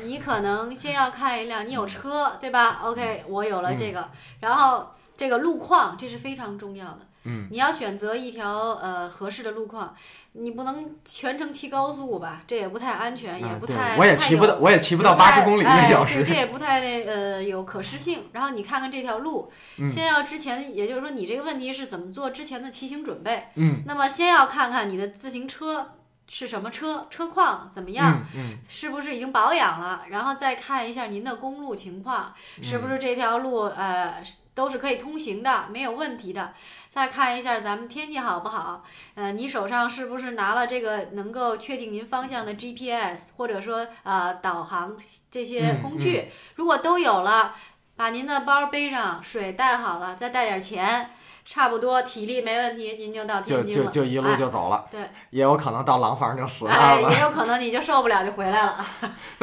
[SPEAKER 4] 你可能先要看一辆，你
[SPEAKER 2] 嗯
[SPEAKER 4] 有车对吧？OK，我有了这个，然后这个路况这是非常重要的。嗯，你要选择一条呃合适的路况，你不能全程骑高速吧？这也不太安全， [LAUGHS] 也
[SPEAKER 2] 嗯
[SPEAKER 4] 不
[SPEAKER 2] 对
[SPEAKER 4] 太，
[SPEAKER 2] 我也
[SPEAKER 4] 太
[SPEAKER 2] 骑不
[SPEAKER 4] 有
[SPEAKER 2] 到，我也骑不到八十公里一个
[SPEAKER 4] 哎
[SPEAKER 2] 小
[SPEAKER 4] 对
[SPEAKER 2] 时。
[SPEAKER 4] 这也不太呃有可视性。然后你看看这条路，
[SPEAKER 2] 嗯
[SPEAKER 4] 先要之前，也就是说你这个问题是怎么做之前的骑行准备。
[SPEAKER 2] 嗯，
[SPEAKER 4] 那么先要看看你的自行车是什么车，车况怎么样，
[SPEAKER 2] 嗯嗯，
[SPEAKER 4] 是不是已经保养了，然后再看一下您的公路情况，是
[SPEAKER 2] 嗯
[SPEAKER 4] 不是这条路呃都是可以通行的，没有问题的。再看一下咱们天气好不好，呃，你手上是不是拿了这个能够确定您方向的 GPS，或者说呃导航这些
[SPEAKER 2] 嗯
[SPEAKER 4] 工具？如果都有了，把您的包背上，水带好了，再带点钱，差不多体力没问题，您就到
[SPEAKER 2] 就
[SPEAKER 4] 天津
[SPEAKER 2] 就
[SPEAKER 4] 了。
[SPEAKER 2] 就一路就走了，
[SPEAKER 4] 哎对，
[SPEAKER 2] 也有可能到廊坊就死那
[SPEAKER 4] 哎，
[SPEAKER 2] 儿了，啊
[SPEAKER 4] 也有可能你就受不了就回来了。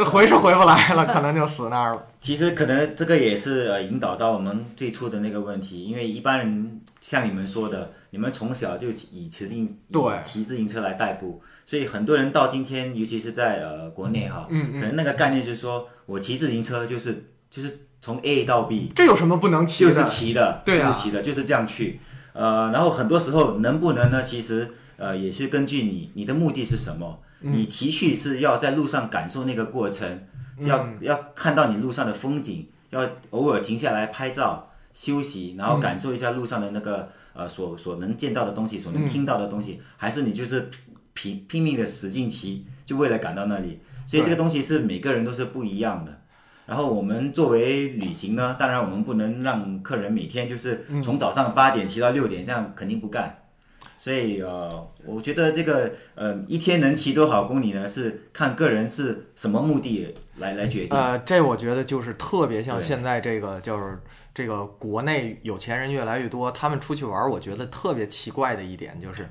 [SPEAKER 2] 回是回不来了，可能就死那儿了。
[SPEAKER 3] 其实可能这个也是呃引导到我们最初的那个问题，因为一般人像你们说的，你们从小就以骑自行以
[SPEAKER 2] 对
[SPEAKER 3] 骑自行车来代步，所以很多人到今天，尤其是在呃国内哈，
[SPEAKER 2] 嗯
[SPEAKER 3] 可能那个概念就是说我骑自行车就是就是从 A 到 B
[SPEAKER 2] 这有什么不能骑
[SPEAKER 3] 就
[SPEAKER 2] 的？
[SPEAKER 3] 是骑的，
[SPEAKER 2] 对啊
[SPEAKER 3] 就是骑的，就是这样去。呃，然后很多时候能不能呢？其实呃也是根据你你的目的是什么，
[SPEAKER 2] 嗯
[SPEAKER 3] 你骑去是要在路上感受那个过程。
[SPEAKER 2] 嗯
[SPEAKER 3] 要要看到你路上的风景，要偶尔停下来拍照、休息，然
[SPEAKER 2] 嗯
[SPEAKER 3] 后感受一下路上的那个、呃所所能见到的东西，所
[SPEAKER 2] 嗯
[SPEAKER 3] 能听到的东西，还是你就是拼拼命的使劲骑，就为了赶到那里。所以这个东西是每个人都是不一样的。然后我们作为旅行呢，当然我们不能让客人每天就是从早上八点骑到六点，这样肯定不干。所以呃，我觉得这个呃，一天能骑多少公里呢？是看个人是什么目的来来决定。
[SPEAKER 2] 呃，这我觉得就是特别像
[SPEAKER 3] 对
[SPEAKER 2] 现在这个，就是这个国内有钱人越来越多，他们出去玩儿，我觉得特别奇怪的一点就是，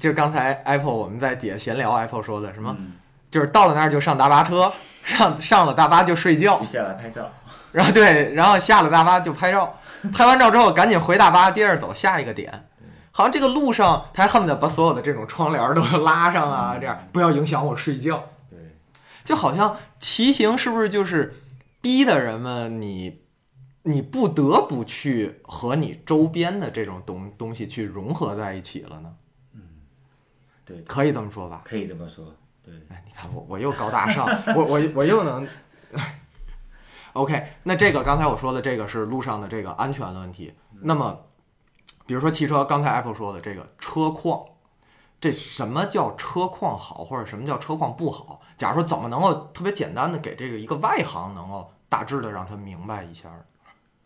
[SPEAKER 2] 就刚才 Apple 我们在底下闲聊，Apple 说的什么，
[SPEAKER 3] 嗯
[SPEAKER 2] 就是到了那儿就上大巴车，上上了大巴就睡觉
[SPEAKER 3] 接，下来拍照，
[SPEAKER 2] 然后对，然后下了大巴就拍照，拍完照之后赶紧回大巴，接着走下一个点。好像这个路上，他还恨不得把所有的这种窗帘儿都拉上啊，这样不要影响我睡觉。
[SPEAKER 3] 对，
[SPEAKER 2] 就好像骑行是不是就是逼的人们你你不得不去和你周边的这种东东西去融合在一起了呢？
[SPEAKER 3] 对对
[SPEAKER 2] 可以这么说吧？
[SPEAKER 3] 可以这么说。对，
[SPEAKER 2] 哎，你看我我又高大上，我我我又能。OK，那这个刚才我说的这个是路上的这个安全的问题。那么，比如说汽车，刚才 Apple 说的这个车况，这什么叫车况好，或者什么叫车况不好？假如说怎么能够特别简单的给这个一个外行能够大致的让他明白一下儿？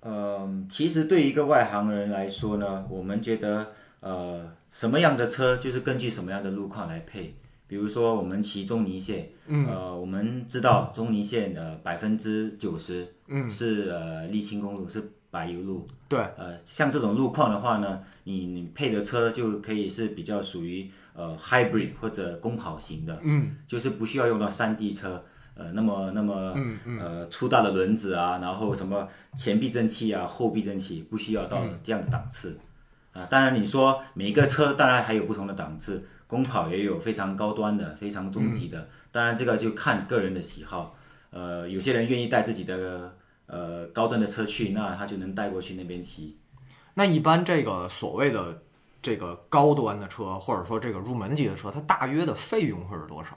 [SPEAKER 3] 嗯，其实对于一个外行人来说呢，我们觉得呃，什么样的车就是根据什么样的路况来配。比如说我们骑中尼线，呃，我们知道中尼线呃百分之九十是呃沥青公路，是柏油路。
[SPEAKER 2] 对，
[SPEAKER 3] 呃，像这种路况的话呢，你你配的车就可以是比较属于呃 hybrid 或者公跑型的，嗯，就是不需要用到山地车，呃，那么那么，嗯嗯、呃，粗大的轮子啊，然后什么前避震器啊、后避震器，不嗯需要到这样的档次。啊，当然你说每一个车当然还有不同的档次，公跑也有非常高端的、非常中级的。当然，这个就看个人的喜好。呃，有些人愿意带自己的呃高端的车去，那他就能带过去那边骑。
[SPEAKER 2] 那一般这个所谓的这个高端的车，或者说这个入门级的车，它大约的费用会是多少？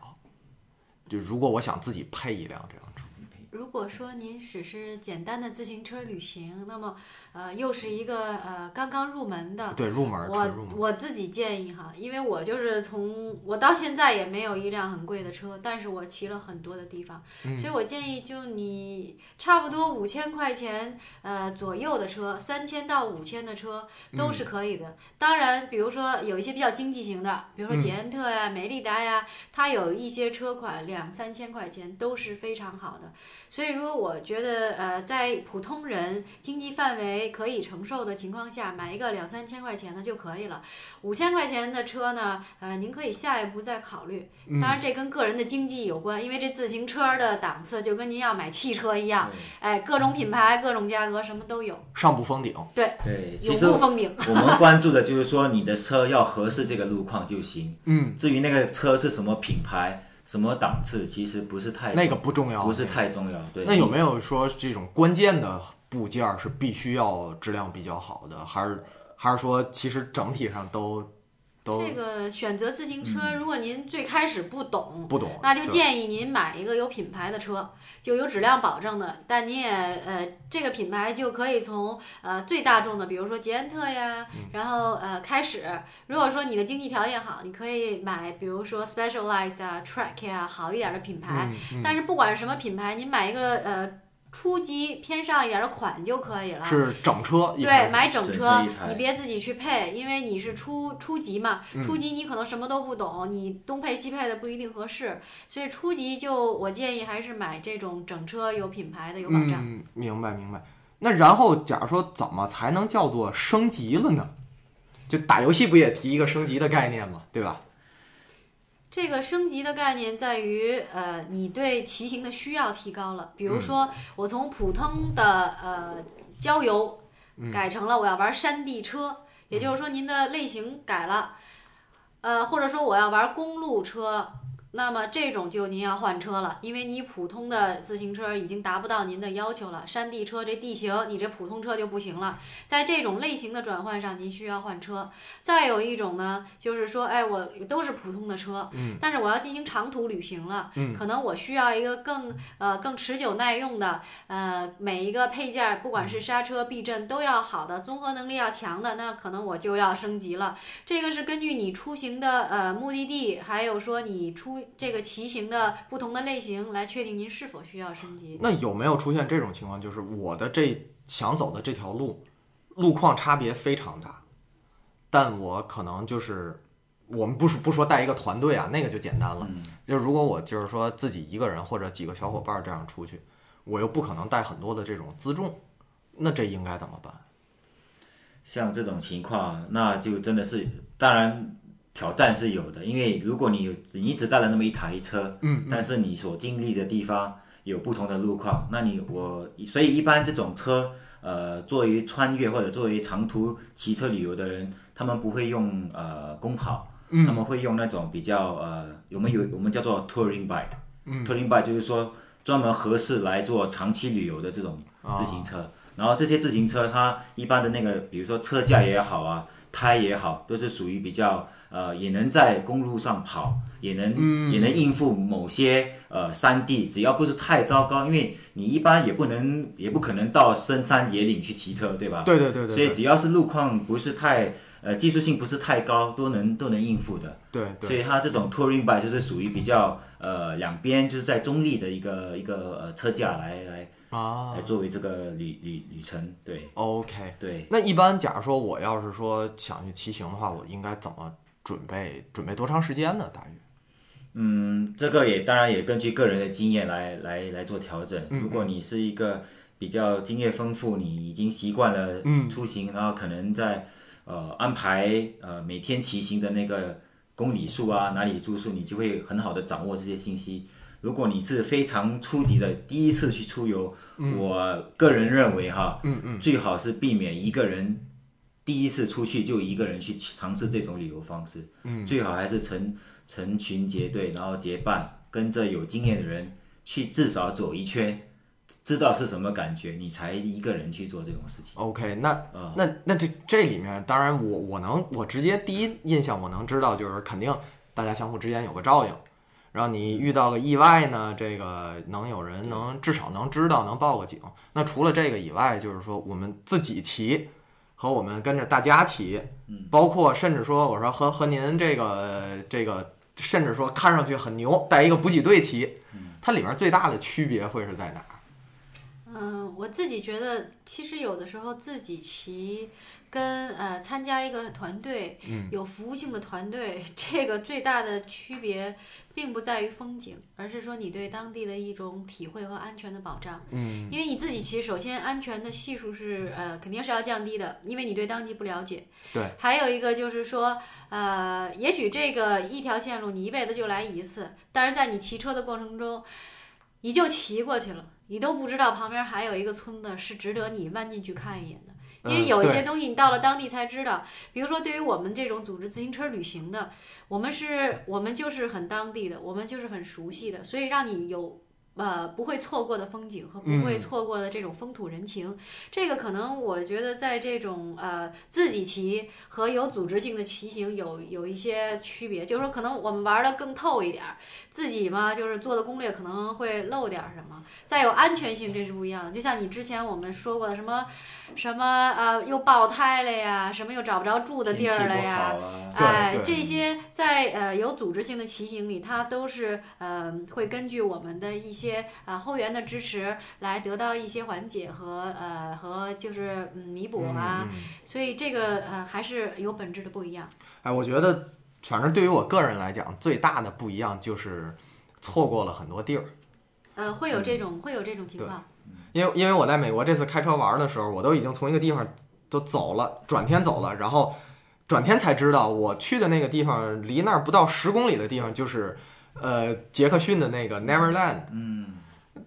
[SPEAKER 2] 就如果我想自己配一辆这样车，
[SPEAKER 4] 如果说您只是简单的自行车旅行，那么呃又是一个呃刚刚入门的，
[SPEAKER 2] 对入门儿纯入
[SPEAKER 4] 啊我
[SPEAKER 2] 门儿，
[SPEAKER 4] 我自己建议哈，因为我就是从我到现在也没有一辆很贵的车，但是我骑了很多的地方，
[SPEAKER 2] 嗯
[SPEAKER 4] 所以我建议就你差不多五千块钱呃左右的车，三千到五千的车
[SPEAKER 2] 嗯
[SPEAKER 4] 都是可以的。当然，比如说有一些比较经济型的，比如
[SPEAKER 2] 嗯
[SPEAKER 4] 说捷安特呀、美利达呀，它有一些车款两三千块钱都是非常好的。所以，如果我觉得呃，在普通人经济范围可以承受的情况下，买一个两三千块钱的就可以了。五千块钱的车呢，呃，您可以下一步再考虑。当然，这跟个人的经济有关，因为这自行车的档次就跟您要买汽车一样，哎，各种品牌、各种价格什么都有，
[SPEAKER 2] 上不封顶。
[SPEAKER 3] 对，其
[SPEAKER 4] 永
[SPEAKER 3] 实
[SPEAKER 4] 不封顶。
[SPEAKER 3] 我们关注的就是说你的车要合适这个路况就行。
[SPEAKER 2] 嗯，
[SPEAKER 3] 至于那个车是什么品牌、什么档次，其实不是太
[SPEAKER 2] 那个不重要，
[SPEAKER 3] 不是太重要。对，
[SPEAKER 2] 那有没
[SPEAKER 3] 有？
[SPEAKER 2] 有说这种关键的部件儿是必须要质量比较好的，还是还是说其实整体上都都
[SPEAKER 4] 这个选择自行车，如果您最开始不懂，
[SPEAKER 2] 不懂？
[SPEAKER 4] 那就
[SPEAKER 2] 对
[SPEAKER 4] 建议您买一个有品牌的车，就有质量保证的。但你也呃，这个品牌就可以从呃最大众的，比如说捷安特呀，然后呃开始。如果说你的经济条件好，你可以买，比如说 Specialized 啊、Trek 呀、好一点的品
[SPEAKER 2] 嗯
[SPEAKER 4] 牌。但是不管是什么品牌，您买一个呃初级偏上一点的款就可以了。
[SPEAKER 2] 是整车一开
[SPEAKER 4] 呃对，
[SPEAKER 2] 始
[SPEAKER 4] 买整
[SPEAKER 3] 整
[SPEAKER 4] 车
[SPEAKER 3] 车一台
[SPEAKER 4] 你别自己去配，因为你是初初级嘛，初级你可能什么都不懂，你东配西配的不一定合适，所以初级就我建议还是买这种整车有品牌的、有保障。
[SPEAKER 2] 嗯，明白明白。那然后假如说怎么才能叫做升级了呢？就打游戏不也提一个升级的概念嘛，对吧？
[SPEAKER 4] 这个升级的概念在于，呃，你对骑行的需要提高了，比如说我从普通的呃郊游改成了我要玩山地车，也就是说您的类型改了，呃，或者说我要玩公路车，那么这种就您要换车了，因为你普通的自行车已经达不到您的要求了，山地车这地形你这普通车就不行了，在这种类型的转换上，您需要换车。再有一种呢，就是说，哎，我都是普通的车，
[SPEAKER 2] 嗯
[SPEAKER 4] 但是我要进行长途旅行了，
[SPEAKER 2] 嗯
[SPEAKER 4] 可能我需要一个更呃更持久耐用的，呃，每一个配件儿，不
[SPEAKER 2] 嗯
[SPEAKER 4] 管是刹车、避震都要好的，综合能力要强的，那可能我就要升级了。这个是根据你出行的呃目的地，还有说你出这个骑行的不同的类型来确定您是否需要升级。
[SPEAKER 2] 那有没有出现这种情况，就是我的这想走的这条路，路况差别非常大，但我可能就是我们不说不说带一个团队啊，那个就简单了。就如果我就是说自己一个人或者几个小伙伴儿这样出去，我又不可能带很多的这种辎重，那这应该怎么办？
[SPEAKER 3] 像这种情况，那就真的是，当然挑战是有的，因为如果你有你只带了那么一台车，嗯，但是你所经历的地方有不同的路况，那你我所以一般这种车，呃，作为穿越或者作为长途骑车旅游的人，他们不会用呃公跑，他们会用那种比较呃，我们有我们叫做 touring bike，嗯，touring bike 就是说专门合适来做长期旅游的这种自行车。然后这些自行车它一般的那个，比如说车架也好啊，胎也好，都是属于比较呃，也能在公路上跑，也能、也能应付某些呃山地，只要不是太糟糕，因为你一般也不能也不可能到深山野岭去骑车，对吧？
[SPEAKER 2] 啊对对对对
[SPEAKER 3] 所以
[SPEAKER 2] 对
[SPEAKER 3] 只要是路况不是太呃技术性不是太高，都能都能应付的。
[SPEAKER 2] 对
[SPEAKER 3] 所
[SPEAKER 2] 对，
[SPEAKER 3] 以它这种 touring bike 就是属于比较呃两边就是在中立的一个一个呃车架来来
[SPEAKER 2] 啊
[SPEAKER 3] 来作为这个旅旅旅程，对
[SPEAKER 2] ，OK。
[SPEAKER 3] 对。
[SPEAKER 2] 那一般，假如说我要是说想去骑行的话，我应该怎么准备？准备多长时间呢？大约？
[SPEAKER 3] 嗯，这个也当然也根据个人的经验来来来做调整。
[SPEAKER 2] 嗯
[SPEAKER 3] 如果你是一个比较经验丰富，你已经习惯了
[SPEAKER 2] 嗯
[SPEAKER 3] 出行，然后可能在呃安排呃每天骑行的那个公里数啊，哪里住宿，你就会很好的掌握这些信息。如果你是非常初级的，第一次去嗯出游，我个人认为哈，嗯嗯，最好是避免一个人第一次出去就一个人去尝试这种旅游方式，
[SPEAKER 2] 嗯，
[SPEAKER 3] 最好还是成成群结队，然后结伴，跟着有经验的人去至少走一圈，知道是什么感觉，你才一个人去做这种事情。
[SPEAKER 2] OK，那
[SPEAKER 3] 啊
[SPEAKER 2] 那那这这里面，当然我我能我直接第一印象我能知道就是肯定大家相互之间有个照应，然后你遇到个意外呢，这个能有人能至少能知道能报个警。那除了这个以外，就是说我们自己骑和我们跟着大家骑，包括甚至说我说和和您这个这个，甚至说看上去很牛，带一个补给队骑，它里面最大的区别会是在哪？
[SPEAKER 4] 嗯，我自己觉得，其实有的时候自己骑跟呃参加一个团队，
[SPEAKER 2] 嗯
[SPEAKER 4] 有服务性的团队， [LAUGHS] 这个最大的区别并不在于风景，而是说你对当地的一种体会和安全的保障。
[SPEAKER 2] 嗯，
[SPEAKER 4] 因为你自己骑，首先安全的系数是呃肯定是要降低的，因为你对当地不了解。
[SPEAKER 2] 对，
[SPEAKER 4] 还有一个就是说，呃，也许这个一条线路你一辈子就来一次，但是在你骑车的过程中，你就骑过去了，你都不知道旁边还有一个村子是值得你弯进去看一眼的。因为
[SPEAKER 2] 嗯
[SPEAKER 4] 有一
[SPEAKER 2] 对
[SPEAKER 4] 些东西你到了当地才知道，比如说对于我们这种组织自行车旅行的，我们是我们就是很当地的，我们就是很熟悉的，所以让你有呃不会错过的风景和不
[SPEAKER 2] 嗯
[SPEAKER 4] 会错过的这种风土人情。这个可能我觉得在这种呃自己骑和有组织性的骑行有有一些区别，就是说可能我们玩的更透一点儿，自己嘛就是做的攻略可能会漏点儿什么。再有安全性，这是不一样的。就像你之前我们说过的什么什么呃又爆胎了呀，什么又找不着住的地
[SPEAKER 3] 天气
[SPEAKER 4] 儿了
[SPEAKER 3] 不
[SPEAKER 4] 呀，
[SPEAKER 3] 好啊，
[SPEAKER 2] 对
[SPEAKER 4] 哎，
[SPEAKER 2] 对
[SPEAKER 4] 这些在呃有组织性的骑行里，它都是呃会根据我们的一些呃后援的支持来得到一些缓解和呃和就是嗯弥补啊，
[SPEAKER 2] 嗯
[SPEAKER 4] 所以这个呃还是有本质的不一样。
[SPEAKER 2] 哎，我觉得，反正对于我个人来讲，最大的不一样就是错过了很多地儿。
[SPEAKER 4] 呃，会有这种、会有这种情
[SPEAKER 2] 嗯对
[SPEAKER 4] 况，
[SPEAKER 2] 因为因为我在美国这次开车玩的时候，我都已经从一个地方都走了，转天走了，然后转天才知道我去的那个地方离那儿不到十公里的地方就是，呃，杰克逊的那个 Neverland。
[SPEAKER 3] 嗯，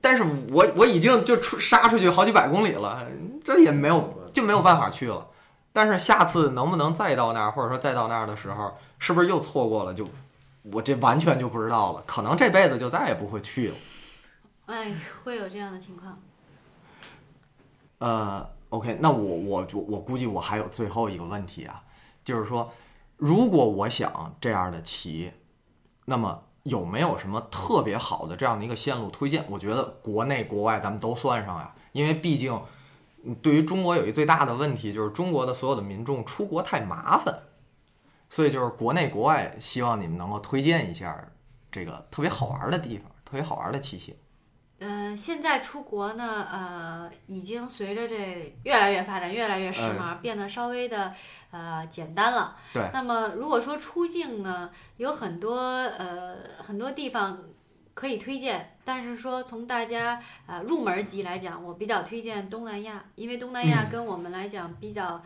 [SPEAKER 2] 但是我我已经就出杀出去好几百公里了，这也没有就没有办法去了。但是下次能不能再到那儿，或者说再到那儿的时候，是不是又错过了？就我这完全就不知道了，可能这辈子就再也不会去了。
[SPEAKER 4] 哎，会有这样的情况。
[SPEAKER 2] 呃，OK，那我我我我估计我还有最后一个问题啊，就是说，如果我想这样的骑，那么有没有什么特别好的这样的一个线路推荐？我觉得国内国外咱们都算上呀，因为毕竟嗯对于中国有一最大的问题就是中国的所有的民众出国太麻烦，所以就是国内国外，希望你们能够推荐一下这个特别好玩的地方，特别好玩的骑行。
[SPEAKER 4] 呃，现在出国呢，呃，已经随着这越来越发展，越来越时髦，变得稍微的呃简单了。
[SPEAKER 2] 哎对
[SPEAKER 4] 那么如果说出境呢，有很多呃很多地方可以推荐，但是说从大家呃入门级来讲，我比较推荐东南亚，因为东南亚
[SPEAKER 2] 嗯
[SPEAKER 4] 跟我们来讲比较、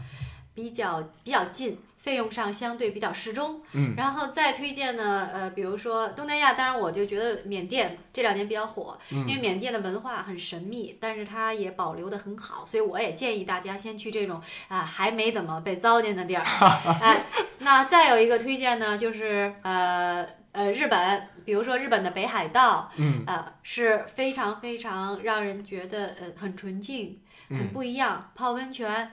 [SPEAKER 4] 比较比较近。费用上相对比较适中，
[SPEAKER 2] 嗯，
[SPEAKER 4] 然后再推荐呢，呃，比如说东南亚，当然我就觉得缅甸这两年比较火，
[SPEAKER 2] 嗯
[SPEAKER 4] 因为缅甸的文化很神秘，但是它也保留的很好，所以我也建议大家先去这种啊、还没怎么被糟践的地儿。哎，那再有一个推荐呢，就是呃呃日本，比如说日本的北海道，
[SPEAKER 2] 嗯，
[SPEAKER 4] 呃是非常非常让人觉得呃很纯净，很
[SPEAKER 2] 嗯
[SPEAKER 4] 不一样，泡温泉。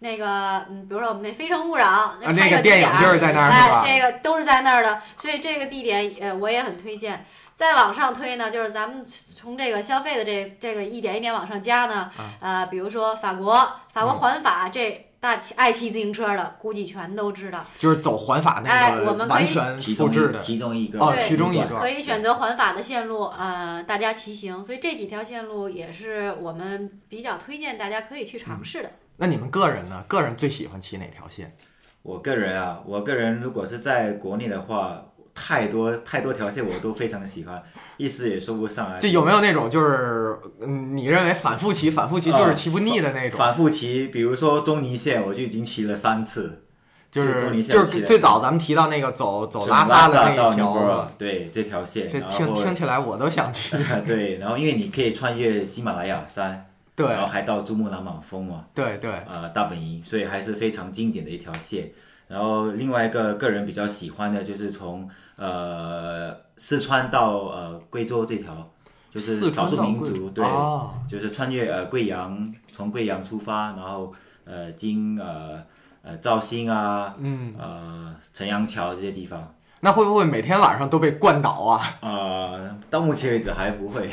[SPEAKER 4] 那个，嗯，比如说我们那《非诚勿扰》
[SPEAKER 2] 啊那
[SPEAKER 4] 拍
[SPEAKER 2] 个
[SPEAKER 4] 景
[SPEAKER 2] 电影
[SPEAKER 4] 点儿
[SPEAKER 2] 就是在那儿是吧
[SPEAKER 4] 哎，这个都是在那儿的，所以这个地点呃我也很推荐。再往上推呢，就是咱们从这个消费的这这个一点一点往上加呢，
[SPEAKER 2] 啊
[SPEAKER 4] 呃，比如说法国，
[SPEAKER 2] 嗯
[SPEAKER 4] 法国环法这。大骑爱骑自行车的，估计全都知道。
[SPEAKER 2] 就是走环法那
[SPEAKER 4] 哎
[SPEAKER 2] 个
[SPEAKER 4] 我们可以
[SPEAKER 2] 完全
[SPEAKER 3] 其
[SPEAKER 2] 复
[SPEAKER 3] 中
[SPEAKER 2] 制
[SPEAKER 3] 一
[SPEAKER 2] 的。
[SPEAKER 3] 其中一个
[SPEAKER 2] 哦
[SPEAKER 4] 对
[SPEAKER 2] 其中一
[SPEAKER 3] 段
[SPEAKER 2] 段
[SPEAKER 4] 可以选择环法的线路，呃，大家骑行。所以这几条线路也是我们比较推荐大家可以去尝试的。
[SPEAKER 2] 那你们个人呢？个人最喜欢骑哪条线？
[SPEAKER 3] 我个人啊，我个人如果是在国内的话，太多太多条线我都非常喜欢，一时也说不上来。
[SPEAKER 2] 就有没有那种就是嗯，你认为反复骑、反复骑
[SPEAKER 3] 啊
[SPEAKER 2] 就是骑不腻的那种？
[SPEAKER 3] 反复骑，比如说中尼线，我就已经骑了三次。
[SPEAKER 2] 就
[SPEAKER 3] 就是中尼线
[SPEAKER 2] 就是
[SPEAKER 3] 系列
[SPEAKER 2] 最早咱们提到那个走走
[SPEAKER 3] 就
[SPEAKER 2] 哦拉萨
[SPEAKER 3] 萨
[SPEAKER 2] 的那
[SPEAKER 3] 到
[SPEAKER 2] 一
[SPEAKER 3] 尼泊
[SPEAKER 2] 条
[SPEAKER 3] 尔，，对这条线，
[SPEAKER 2] 这
[SPEAKER 3] 然
[SPEAKER 2] 听
[SPEAKER 3] [LAUGHS] 后
[SPEAKER 2] 听起来我都想去。
[SPEAKER 3] 对，然后因为你可以穿越喜马拉雅山，
[SPEAKER 2] 对
[SPEAKER 3] 然后还到珠穆朗玛峰嘛，
[SPEAKER 2] 对对，
[SPEAKER 3] 呃大本营，所以还是非常经典的一条线。然后另外一个个人比较喜欢的就是从呃四川到呃贵州这条，就是
[SPEAKER 2] 四
[SPEAKER 3] 少
[SPEAKER 2] 川
[SPEAKER 3] 数
[SPEAKER 2] 到
[SPEAKER 3] 民
[SPEAKER 2] 贵
[SPEAKER 3] 族
[SPEAKER 2] 州
[SPEAKER 3] 对，
[SPEAKER 2] 哦
[SPEAKER 3] 就是穿越呃贵阳，从贵阳出发，然后呃经呃呃肇兴啊，
[SPEAKER 2] 嗯，
[SPEAKER 3] 呃城阳桥这些地方。
[SPEAKER 2] 那会不会每天晚上都被灌倒啊？
[SPEAKER 3] 呃，到目前为止还
[SPEAKER 2] [LAUGHS]
[SPEAKER 3] 不会。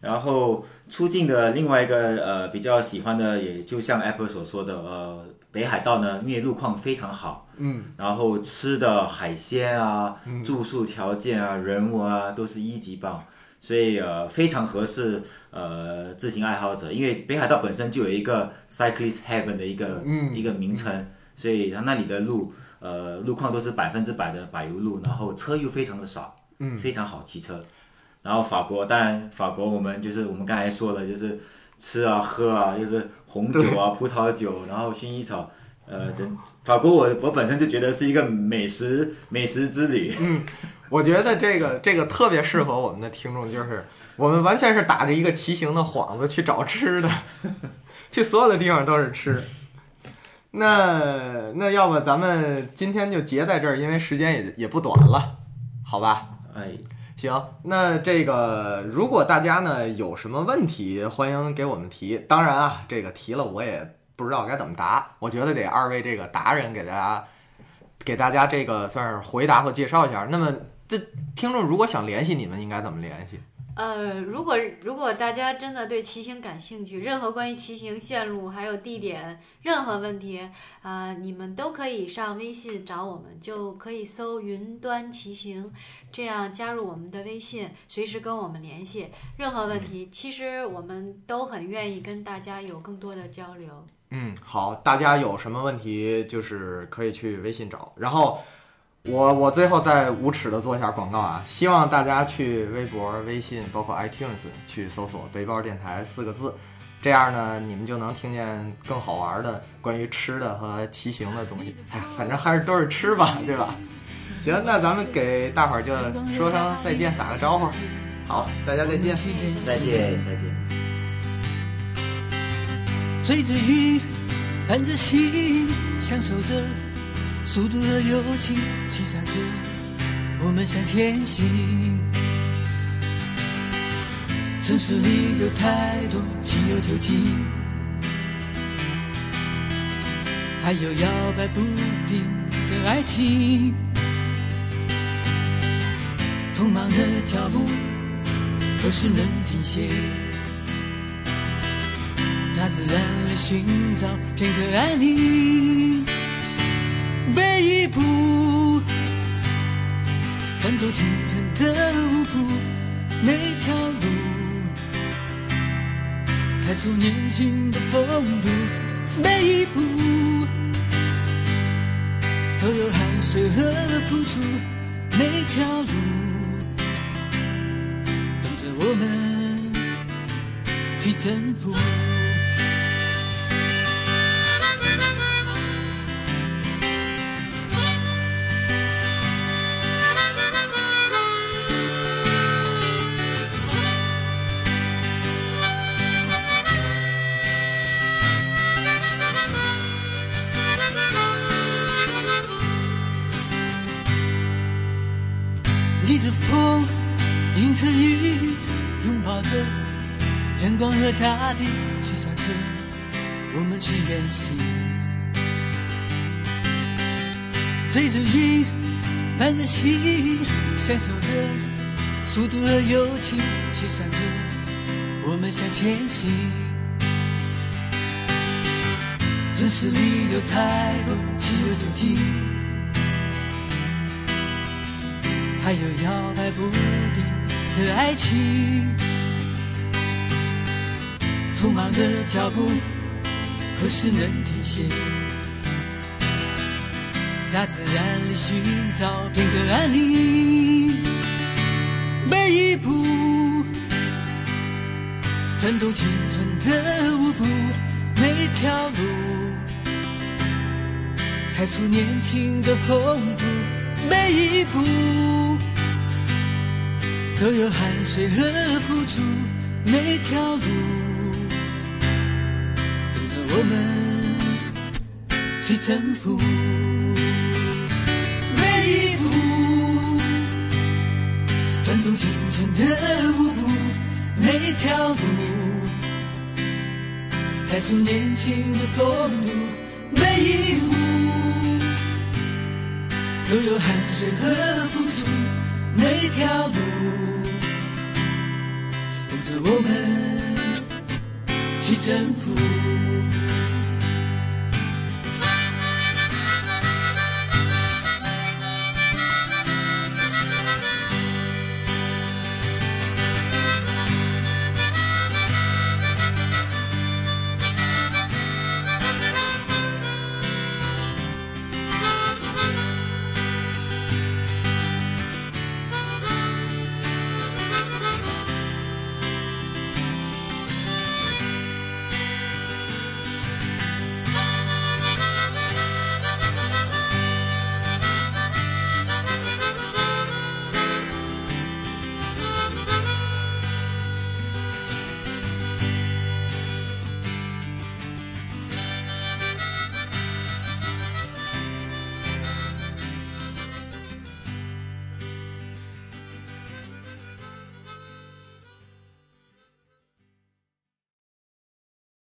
[SPEAKER 3] 然后出境的另外一个呃比较喜欢的，也就像 Apple 所说的，呃，北海道呢，因为路况非常好，
[SPEAKER 2] 嗯，
[SPEAKER 3] 然后吃的海鲜啊、住宿条件啊、人文啊，都是一级棒，所以呃非常合适呃自行爱好者，因为北海道本身就有一个 cyclist heaven 的一个、
[SPEAKER 2] 嗯
[SPEAKER 3] 一个名称，所以它那里的路呃路况都是百分之百的柏油路，然后车又非常的少，嗯，非常好骑车。然后法国，当然法国我们就是我们刚才说了，就是吃啊喝啊，就是红酒啊、葡萄酒，然后薰衣草，呃，整法国我我本身就觉得是一个美食美食之旅，
[SPEAKER 2] 我觉得这个这个特别适合我们的听众，就是我们完全是打着一个骑行的幌子去找吃的， [LAUGHS] 去所有的地方都是吃。那那要不咱们今天就结在这儿，因为时间也也不短了，好吧？
[SPEAKER 3] 哎，
[SPEAKER 2] 行，那这个如果大家呢有什么问题，欢迎给我们提。当然啊，这个提了我也不知道该怎么答，我觉得得二位这个达人给大家给大家这个算是回答和介绍一下。那么这听众如果想联系你们，应该怎么联系？
[SPEAKER 4] 呃，如果如果大家真的对骑行感兴趣，任何关于骑行线路还有地点任何问题，啊，你们都可以上微信找我们，就可以搜“云端骑行”，这样加入我们的微信，随时跟我们联系。任何问题，其实我们都很愿意跟大家有更多的交流。
[SPEAKER 2] 嗯，好，大家有什么问题就是可以去微信找。然后我我最后再无耻的做一下广告啊，希望大家去微博、微信，包括 iTunes 去搜索“背包电台”四个字，这样呢你们就能听见更好玩的关于吃的和骑行的东西。哎呀，反正还是都是吃吧，对吧？行，那咱们给大伙儿就说声再见，打个招呼。好，大家再见。
[SPEAKER 3] 再见再见。
[SPEAKER 5] 追着雨，伴着心，享受着速度和友情，骑上车，我们向前行。城市里有太多汽油酒精，还有摇摆不定的爱情。匆忙的脚步何时能停歇？大自然里寻找片刻安宁。每一步，翻动青春的舞步，每条路，踩出年轻的风度。每一步，都有汗水和付出，每条路，等着我们去征服。逆着风，迎着雨，拥抱着阳光和大地，骑上车，我们去远行。追着云，伴着心，享受着速度和友情，骑上车，我们向前行。城市里有太多汽油酒精。还有摇摆不定的爱情。匆忙的脚步何时能停歇？大自然里寻找片刻安宁。每一步，转动青春的舞步，每条路，踩出年轻的风度，每一步都有汗水和付出，每条路我们去征服每一步，转动青春的舞步，每条路，踩出年轻的风度，每一步都有汗水和付出，每条路等着我们去征服。